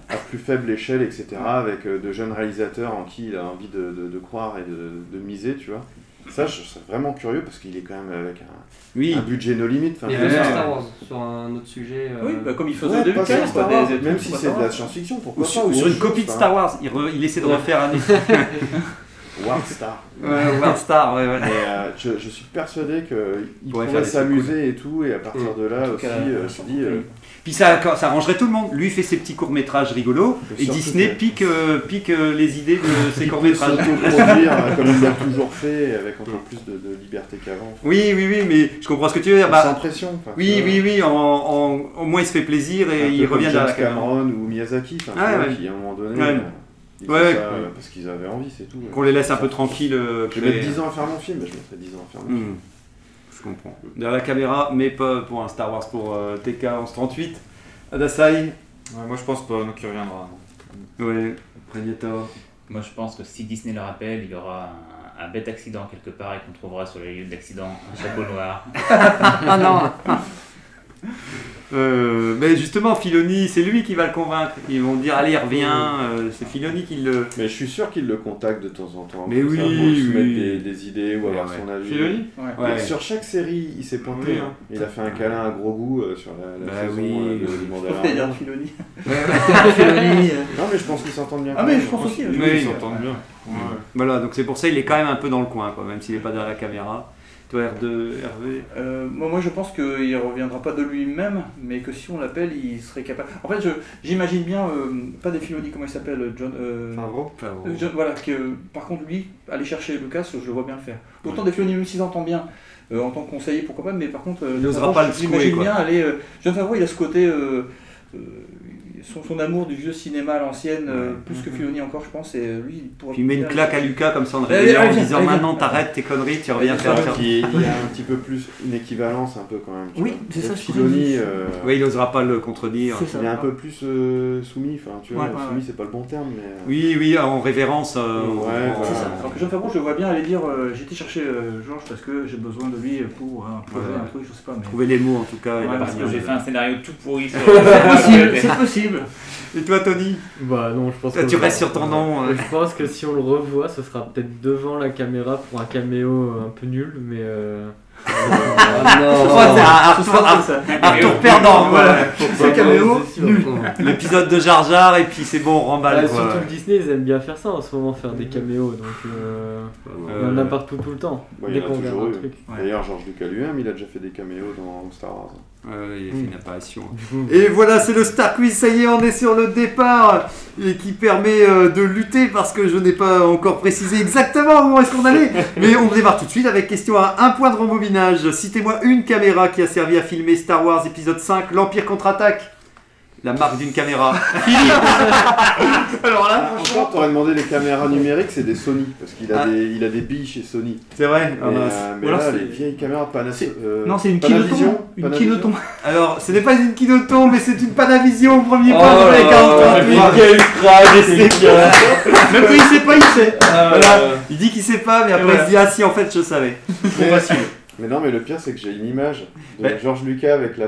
Speaker 8: à plus faible échelle, etc., avec euh, de jeunes réalisateurs en qui il a envie de, de- de croire et de, de miser, tu vois. Ça, je serais vraiment curieux parce qu'il est quand même avec un,
Speaker 1: Oui.
Speaker 8: un budget no limite. Enfin,
Speaker 6: Mais
Speaker 8: je veux
Speaker 6: pas sur
Speaker 8: dire,
Speaker 6: Star Wars, sur un autre sujet. euh,
Speaker 7: Oui, bah, comme il
Speaker 8: ouais,
Speaker 7: faisait au début,
Speaker 8: pas sur
Speaker 7: quoi,
Speaker 8: Star Wars,
Speaker 7: des- des
Speaker 8: même
Speaker 7: trucs
Speaker 8: si
Speaker 7: pour
Speaker 8: c'est de
Speaker 7: Star
Speaker 8: la
Speaker 7: Wars.
Speaker 8: science-fiction, pourquoi
Speaker 1: Ou
Speaker 8: pas
Speaker 1: sur,
Speaker 8: ou
Speaker 1: ou sur
Speaker 8: autre
Speaker 1: une copie
Speaker 8: chose,
Speaker 1: de Star Wars. Il, re- il essaie de refaire un.
Speaker 8: enfin, War Star.
Speaker 1: Ouais, World Star, ouais, voilà.
Speaker 8: Mais euh, je, je suis persuadé qu'il
Speaker 1: pourrait
Speaker 8: pourrait
Speaker 1: faire des trucs
Speaker 8: s'amuser et tout, et à partir de là aussi,
Speaker 7: cas,
Speaker 8: euh, je dis, euh,
Speaker 1: Puis ça, ça arrangerait tout le monde. Lui fait ses petits courts métrages rigolos et
Speaker 8: Surtout
Speaker 1: Disney
Speaker 8: que-
Speaker 1: pique, euh, pique euh, les idées de ses courts métrages.
Speaker 8: s'autoproduire euh, comme il l'a toujours fait, avec encore
Speaker 1: Mm.
Speaker 8: plus de, de liberté qu'avant.
Speaker 1: Oui, oui, oui, mais je comprends ce que tu veux dire.
Speaker 8: Sans
Speaker 1: Bah,
Speaker 8: pression. enfin, tu
Speaker 1: oui,
Speaker 8: vois.
Speaker 1: oui, oui, en, en- au moins il se fait plaisir
Speaker 8: Un
Speaker 1: et
Speaker 8: peu
Speaker 1: il
Speaker 8: comme
Speaker 1: revient
Speaker 8: James
Speaker 1: derrière la caméra.
Speaker 8: Cameron ou Miyazaki, enfin, tu
Speaker 1: Ah,
Speaker 8: vois,
Speaker 1: ouais.
Speaker 8: qui à un moment donné,
Speaker 1: Ouais.
Speaker 8: euh, ils
Speaker 1: Ouais,
Speaker 8: font
Speaker 1: ouais.
Speaker 8: ça, euh, parce qu'ils avaient envie, c'est tout.
Speaker 1: Qu'on les laisse un peu tranquilles. euh,
Speaker 8: Je vais
Speaker 1: créer.
Speaker 8: mettre 10 ans à faire mon film, bah, je mettrai 10 ans à faire mon film.
Speaker 1: Hmm. Je comprends. Derrière la caméra, mais pas pour un Star Wars pour euh, TK 1138. Adasai.
Speaker 2: euh, ouais, moi, je pense pas, donc il reviendra.
Speaker 1: Ouais. Predator.
Speaker 5: Moi, je pense que si Disney le rappelle, il y aura un, un bête accident quelque part et qu'on trouvera sur les lieux d'accident un chapeau noir.
Speaker 1: Ah non. Euh, mais justement, Filoni, c'est lui qui va le convaincre. Ils vont dire allez, reviens.
Speaker 8: Hmm.
Speaker 1: euh, c'est Filoni qui le.
Speaker 8: Mais je suis sûr qu'il le contacte de temps en temps.
Speaker 1: Mais
Speaker 8: comme ça,
Speaker 1: oui,
Speaker 8: pour lui soumettre
Speaker 1: oui.
Speaker 8: des, des idées ou avoir
Speaker 1: Ouais,
Speaker 8: son
Speaker 1: ouais.
Speaker 8: avis.
Speaker 2: Filoni
Speaker 7: Ouais.
Speaker 1: Ouais.
Speaker 8: Et Sur chaque série, il s'est pointé.
Speaker 2: Oui.
Speaker 8: hein. Il a fait un câlin à gros goût euh, sur la, la
Speaker 1: Bah
Speaker 8: saison
Speaker 1: oui.
Speaker 8: euh, de- du Mandalorian.
Speaker 7: C'est-à-dire Filoni.
Speaker 1: euh.
Speaker 8: Non, mais je pense qu'ils s'entendent bien.
Speaker 7: Ah, mais je pense aussi.
Speaker 1: Oui,
Speaker 7: je-
Speaker 1: oui.
Speaker 2: Ils s'entendent bien. Ouais.
Speaker 1: Voilà, donc c'est pour ça il est quand même un peu dans le coin, quoi, même s'il n'est pas derrière la caméra. Toi, R2, Hervé.
Speaker 7: Euh, moi, moi, je pense qu'il ne reviendra pas de lui-même, mais que si on l'appelle, il serait capable. En fait, je- j'imagine bien, euh, pas des Filoni, comment il s'appelle John. euh, euh, John- voilà, que, par contre, lui, aller chercher Lucas, je le vois bien le faire. Autant des Filoni, même s'ils entendent bien, euh, en tant que conseiller, pourquoi pas, mais par contre, euh,
Speaker 1: Il n'osera
Speaker 7: Favreau,
Speaker 1: pas le secouer,
Speaker 7: J'imagine
Speaker 1: quoi.
Speaker 7: bien aller. euh, John Favreau, il a ce côté. euh, euh, son, son amour du vieux cinéma à l'ancienne, euh, plus que Filoni encore, je pense, et euh, lui, il pourrait.
Speaker 1: Mm-hmm. Puis il met une claque à Lucas comme ça en le
Speaker 8: Eh,
Speaker 7: Allez,
Speaker 1: réveillant, en
Speaker 7: allez,
Speaker 1: disant
Speaker 7: allez,
Speaker 1: maintenant
Speaker 7: allez.
Speaker 1: t'arrêtes tes conneries, tu reviens faire ça.
Speaker 8: Il il y a un petit peu plus une équivalence, un peu quand même. tu
Speaker 1: Oui,
Speaker 8: vois.
Speaker 1: c'est ça,
Speaker 8: Donc,
Speaker 1: je
Speaker 8: Filoni, euh,
Speaker 1: Oui, il n'osera pas le contredire.
Speaker 8: Il est un peu plus euh, soumis, enfin tu vois,
Speaker 7: Ouais, ouais,
Speaker 8: soumis c'est pas le bon terme, mais. euh,
Speaker 1: Oui, oui, en révérence. euh,
Speaker 8: Ouais,
Speaker 1: en-
Speaker 8: voilà.
Speaker 7: C'est ça. Alors que John Favreau, je le vois bien aller dire euh, j'ai été chercher euh, Georges parce que j'ai besoin de lui pour un projet,
Speaker 1: Ouais.
Speaker 7: un truc, je sais pas. Mais...
Speaker 1: Trouver les mots en tout cas. et
Speaker 7: Ouais,
Speaker 1: la
Speaker 5: Parce que
Speaker 1: manière
Speaker 5: j'ai
Speaker 1: de-
Speaker 5: fait un scénario tout pourri sur.
Speaker 3: C'est possible, c'est possible.
Speaker 1: Et toi, Tony
Speaker 3: Bah non, je pense
Speaker 1: Toi,
Speaker 3: que-
Speaker 1: tu restes sur ton nom. euh.
Speaker 3: Je pense que si on le revoit, ce sera peut-être devant la caméra pour un caméo un peu nul, mais euh,
Speaker 6: Ah
Speaker 1: Je crois que c'est un-
Speaker 6: non
Speaker 1: un-
Speaker 7: Ce sera
Speaker 1: un-
Speaker 7: comme ça.
Speaker 6: ah,
Speaker 1: un retour perdant, voilà.
Speaker 3: C'est un caméo nul.
Speaker 1: L'épisode de Jar Jar, et puis c'est bon, on remballe.
Speaker 3: Ah,
Speaker 1: quoi.
Speaker 3: surtout que Disney, ils aiment bien faire ça en ce moment, faire des caméos, donc euh, il y en a
Speaker 1: Euh,
Speaker 3: partout tout le temps.
Speaker 8: Ouais, il y
Speaker 3: dès
Speaker 8: en a
Speaker 3: qu'on regarde
Speaker 8: toujours
Speaker 3: un
Speaker 8: eu.
Speaker 3: truc.
Speaker 8: D'ailleurs, Georges Lucas lui-même, il a déjà fait des caméos dans Star Wars.
Speaker 1: Ouais, il a fait une apparition.
Speaker 3: Mm.
Speaker 1: Et voilà, c'est le Star Quiz, ça y est, on est sur le départ, et qui permet euh, de lutter, parce que je n'ai pas encore précisé exactement où est-ce qu'on allait, mais on démarre tout de suite avec question à un point de rembobinage. Citez-moi une caméra qui a servi à filmer Star Wars épisode 5, l'Empire contre-attaque. La marque d'une caméra. Philippe. Alors là,
Speaker 8: Ah, encore, t'aurais demandé les caméras numériques, c'est des Sony, parce qu'il a,
Speaker 1: Ah.
Speaker 8: des, il a des billes chez Sony.
Speaker 1: c'est vrai.
Speaker 8: Mais,
Speaker 1: ah mince.
Speaker 8: euh, mais
Speaker 1: Ou alors
Speaker 8: là,
Speaker 1: c'est-
Speaker 8: les vieilles caméras Panasonic.
Speaker 7: Non, c'est une
Speaker 8: Panavision
Speaker 7: kiloton. Une
Speaker 8: Panavision
Speaker 7: kiloton.
Speaker 1: Alors, ce n'est pas une Kinoton, mais c'est une Panavision au premier
Speaker 3: Oh
Speaker 1: point
Speaker 3: là
Speaker 1: de
Speaker 3: là,
Speaker 1: 43
Speaker 3: mais quel
Speaker 1: Même quand il sait pas, il sait. Voilà. Il dit qu'il sait pas, mais après
Speaker 7: voilà.
Speaker 1: il se dit ah si en fait je savais.
Speaker 8: Mais- Mais non, mais le pire, c'est que j'ai une image de
Speaker 1: Ouais.
Speaker 8: Georges Lucas avec la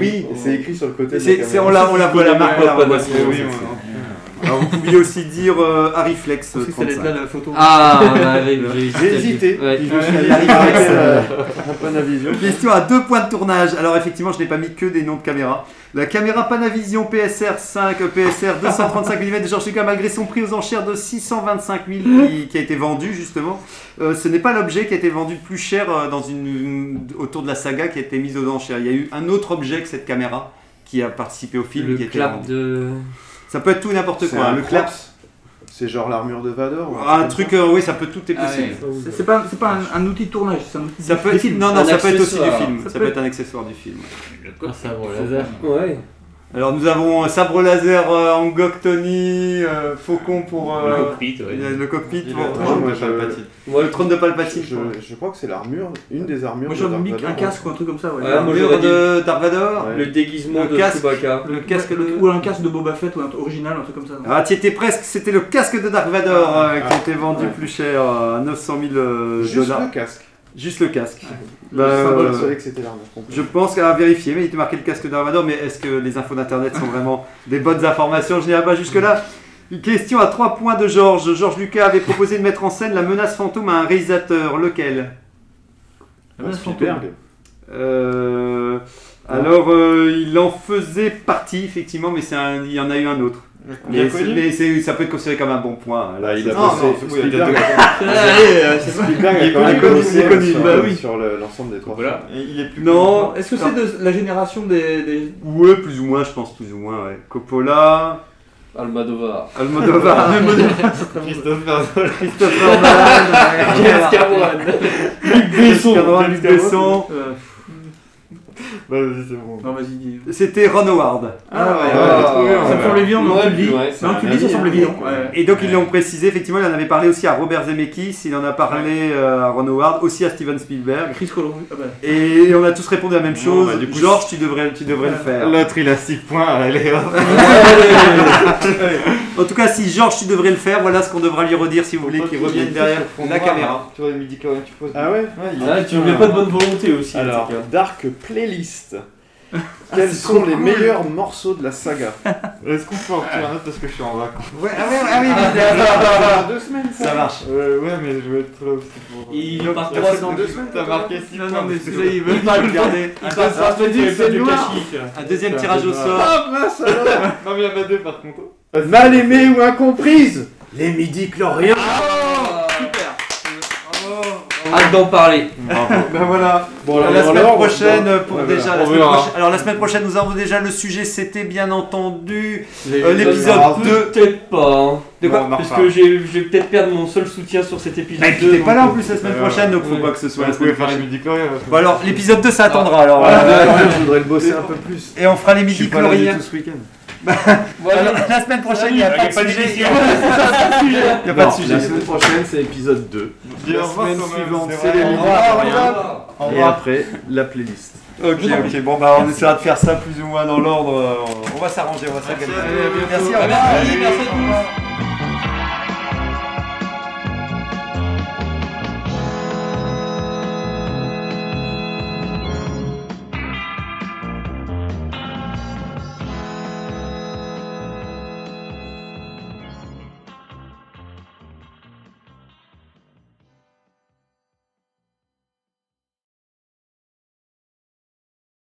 Speaker 1: Mais oui.
Speaker 8: et c'est écrit sur le
Speaker 1: Et
Speaker 8: côté. de la
Speaker 1: c'est,
Speaker 8: caméra.
Speaker 1: c'est- on la, on la voit la marque, on la voit.
Speaker 2: Mais oui, moi, non.
Speaker 1: Alors vous pouviez aussi dire euh, Ariflex
Speaker 7: Parce que ça allait être
Speaker 1: 35.
Speaker 7: là la photo.
Speaker 6: Ah, on arrive, j'ai hésité.
Speaker 8: J'ai hésité.
Speaker 6: Ouais.
Speaker 8: Puis je me suis dit, arrêtez, euh, un Panavision.
Speaker 1: Question à deux points de tournage. Alors effectivement, je n'ai pas mis que des noms de caméras. La caméra Panavision PSR 5, euh, PSR 235 mm de Georges Lucas, malgré son prix aux enchères de 625 000 qui, qui a été vendu justement, euh, ce n'est pas l'objet qui a été vendu le plus cher euh, dans une, une- autour de la saga qui a été mise aux enchères. Il y a eu un autre objet que cette caméra qui a participé au film.
Speaker 6: Le
Speaker 1: qui était
Speaker 6: clap
Speaker 1: en-
Speaker 6: de.
Speaker 1: Ça peut être tout et n'importe
Speaker 8: C'est
Speaker 1: quoi. hein.
Speaker 8: un
Speaker 1: Le clap.
Speaker 8: claps. C'est genre l'armure de Vador. hein. ou
Speaker 1: Un
Speaker 8: comme
Speaker 1: truc, euh, oui, ça peut tout est
Speaker 7: Ah
Speaker 1: possible.
Speaker 7: ouais. C'est- C'est pas, c'est pas un, un outil de tournage, c'est un outil
Speaker 1: Ça
Speaker 7: du-
Speaker 1: peut
Speaker 7: du
Speaker 1: être,
Speaker 7: film.
Speaker 1: non, non,
Speaker 4: Un
Speaker 1: ça peut être aussi du
Speaker 4: accessoire.
Speaker 1: film. Ça,
Speaker 7: Ça
Speaker 1: peut
Speaker 7: peut
Speaker 1: être un accessoire du film.
Speaker 5: Le
Speaker 3: Un
Speaker 5: coq,
Speaker 3: sabre
Speaker 5: il faut
Speaker 3: laser.
Speaker 5: prendre.
Speaker 6: Ouais.
Speaker 1: Alors nous avons euh, sabre laser euh, en Goctoni, euh, faucon pour euh,
Speaker 5: Le cockpit, ouais.
Speaker 1: le cockpit,
Speaker 8: Il
Speaker 1: pour-
Speaker 8: a-
Speaker 1: le,
Speaker 8: Ah,
Speaker 1: trône
Speaker 8: moi,
Speaker 1: de
Speaker 8: je-
Speaker 1: Palpatine. Ouais, le trône de Palpatine.
Speaker 8: Je,
Speaker 1: pour-
Speaker 8: je crois que c'est l'armure, une des armures.
Speaker 7: Moi
Speaker 8: de hein.
Speaker 7: j'ai
Speaker 8: Darth
Speaker 7: un,
Speaker 8: Vader.
Speaker 7: un casque ou un truc comme ça, ouais.
Speaker 6: Ouais, moi,
Speaker 1: L'armure
Speaker 6: j'aurais
Speaker 1: de Darth Vador.
Speaker 8: Ouais.
Speaker 6: Le déguisement
Speaker 1: Ah, Le
Speaker 6: de
Speaker 1: casque.
Speaker 6: Chewbacca.
Speaker 1: Le casque de...
Speaker 7: Ou un casque de Boba Fett ou un original, un truc comme ça.
Speaker 1: Ah, t'y étais presque, c'était le casque de Dark Vador euh, qui
Speaker 8: Ah.
Speaker 1: était vendu
Speaker 8: Ouais.
Speaker 1: plus cher euh, à 900 000 euh,
Speaker 8: Juste
Speaker 1: dollars.
Speaker 8: le casque.
Speaker 1: Juste le casque.
Speaker 8: Le
Speaker 1: Bah, euh,
Speaker 8: symbole savait que c'était l'armure. complète.
Speaker 1: je pense qu'à vérifier, mais il était marqué le casque de Dark Vador, mais est-ce que les infos d'internet sont vraiment des bonnes informations Je n'irai pas jusque-là. Une question à trois points de Georges. Georges Lucas avait proposé de mettre en scène la menace fantôme à un réalisateur. Lequel
Speaker 7: Ah, ben, fantôme.
Speaker 8: Spielberg.
Speaker 1: Euh, Alors, euh, il en faisait partie, effectivement, mais c'est un- il y en a eu un autre. Mais, c'est-
Speaker 2: connu
Speaker 1: mais c'est- ça peut être considéré comme un bon point.
Speaker 8: Là, Ah, il a
Speaker 1: Non,
Speaker 8: bossé.
Speaker 1: non,
Speaker 2: c'est bon, il a
Speaker 8: Spielberg
Speaker 2: déjà-
Speaker 8: a- Spielberg a quand même
Speaker 1: connu, il est
Speaker 8: bossé
Speaker 1: connu,
Speaker 8: sur-
Speaker 1: bah oui.
Speaker 8: sur le- l'ensemble des trois.
Speaker 5: Voilà.
Speaker 2: Il est plus
Speaker 1: Non,
Speaker 7: Est-ce que c'est de la génération des. des-
Speaker 1: Ouais, plus ou moins, je pense, plus ou moins, ouais. Coppola,
Speaker 4: Almodovar.
Speaker 1: Almodovar,
Speaker 2: Christophe
Speaker 1: Christopher Nolan,
Speaker 3: James
Speaker 1: voilà.
Speaker 3: Cameron.
Speaker 1: Luc Besson, Luc Besson.
Speaker 7: euh,
Speaker 2: Bah, Vas-y, c'est bon.
Speaker 7: Non, vas-y, dis.
Speaker 1: C'était Ron Howard.
Speaker 7: Ah ouais,
Speaker 8: Ah,
Speaker 7: ouais.
Speaker 8: ouais. trouvé,
Speaker 7: Ça me semble évident, mais
Speaker 4: Ouais,
Speaker 7: on te le dit.
Speaker 4: ouais,
Speaker 7: Non, tu le dis, ça semble évident. ouais.
Speaker 1: Et donc, ils l'ont précisé, effectivement, il en avait parlé aussi à Robert Zemeckis, il en a parlé euh, à Ron Howard, aussi à Steven Spielberg.
Speaker 7: Chris Columbus. Ah, bah.
Speaker 1: Et on a tous répondu la même
Speaker 2: Bon,
Speaker 1: chose.
Speaker 2: bah, du coup,
Speaker 1: Georges, tu devrais, tu devrais le
Speaker 3: Ah.
Speaker 1: faire.
Speaker 2: L'autre, il a 6 points. Allez, hop.
Speaker 1: En tout cas, si Georges, tu devrais le faire, voilà ce qu'on devra lui redire si vous voulez qu'il revienne derrière la caméra.
Speaker 2: hein. Tu vois, il me dit quand même, tu poses.
Speaker 8: Ah ouais
Speaker 2: il-
Speaker 3: Ah, tu mets pas de bonne volonté aussi.
Speaker 8: Alors,
Speaker 3: en tout cas.
Speaker 8: Dark Playlist.
Speaker 1: Ah,
Speaker 8: Quels sont les meilleurs morceaux de la saga
Speaker 2: Est-ce qu'on peut en retirer un autre parce que je suis en vacances ah.
Speaker 1: Ouais, ah ouais, ah oui, oui,
Speaker 8: deux semaines,
Speaker 1: ça marche.
Speaker 2: Ouais, Euh, ouais, mais je veux être là aussi pour.
Speaker 3: Il part
Speaker 2: T'as
Speaker 3: trois
Speaker 2: marqué-
Speaker 3: ans.
Speaker 2: T'as marqué 6 points. parce que-
Speaker 1: il veut pas le garder. Un,
Speaker 3: Ça ça veut dire que c'est noir.
Speaker 1: un deuxième tirage au sort.
Speaker 8: Ah mince alors
Speaker 2: Non, mais il y en a deux par contre.
Speaker 8: Mal aimée ou incomprise Les midi-chloriens
Speaker 6: Hâte d'en parler.
Speaker 8: Ben voilà Bon, alors,
Speaker 1: la
Speaker 8: dans
Speaker 1: semaine
Speaker 8: l'ordre,
Speaker 1: prochaine
Speaker 8: dans-
Speaker 1: pour
Speaker 8: Ouais,
Speaker 1: déjà.
Speaker 8: voilà.
Speaker 1: la
Speaker 2: On
Speaker 1: semaine
Speaker 2: verra.
Speaker 1: prochaine- alors la semaine prochaine, nous avons déjà le sujet. C'était bien entendu euh,
Speaker 2: Alors,
Speaker 1: l'épisode 2.
Speaker 3: Peut-être pas. hein.
Speaker 1: De quoi
Speaker 2: Non, on en
Speaker 3: Parce
Speaker 2: reparle.
Speaker 3: que j'ai- je vais peut-être perdre mon seul soutien sur cet épisode.
Speaker 1: Et puis
Speaker 3: 2,
Speaker 1: t'es pas là en
Speaker 3: donc,
Speaker 1: plus la semaine
Speaker 2: Ouais,
Speaker 1: prochaine, donc faut
Speaker 3: ouais.
Speaker 1: pas que ce soit la
Speaker 2: Ouais, Ben vous pouvez
Speaker 1: semaine
Speaker 2: faire euh, les
Speaker 1: prochaine.
Speaker 2: midi-chloriens.
Speaker 1: Bon alors l'épisode 2 ça attendra alors.
Speaker 8: Ah,
Speaker 1: voilà.
Speaker 8: ben, quand même, je voudrais le bosser un peu plus.
Speaker 1: Et on fera les
Speaker 8: Je suis
Speaker 1: midi
Speaker 8: pas là du
Speaker 1: chloriens.
Speaker 8: tout ce week-end.
Speaker 3: Voilà.
Speaker 1: La semaine prochaine, Ah il n'y a pas de sujet. Il n'y a pas de
Speaker 8: Non,
Speaker 1: sujet.
Speaker 8: La semaine prochaine, c'est épisode 2.
Speaker 2: Dis au
Speaker 8: La
Speaker 2: revoir,
Speaker 8: semaine
Speaker 2: Thomas,
Speaker 8: suivante,
Speaker 2: c'est
Speaker 8: c'est les
Speaker 2: vrai.
Speaker 8: midi-chloriens.
Speaker 1: Au
Speaker 8: Et
Speaker 1: revoir.
Speaker 8: après, la playlist.
Speaker 1: Ok, ok, bon bah on essaiera de faire ça plus ou moins dans l'ordre. euh, On va s'arranger, on va s'organiser. Merci, au revoir.
Speaker 3: Allez, merci à tous.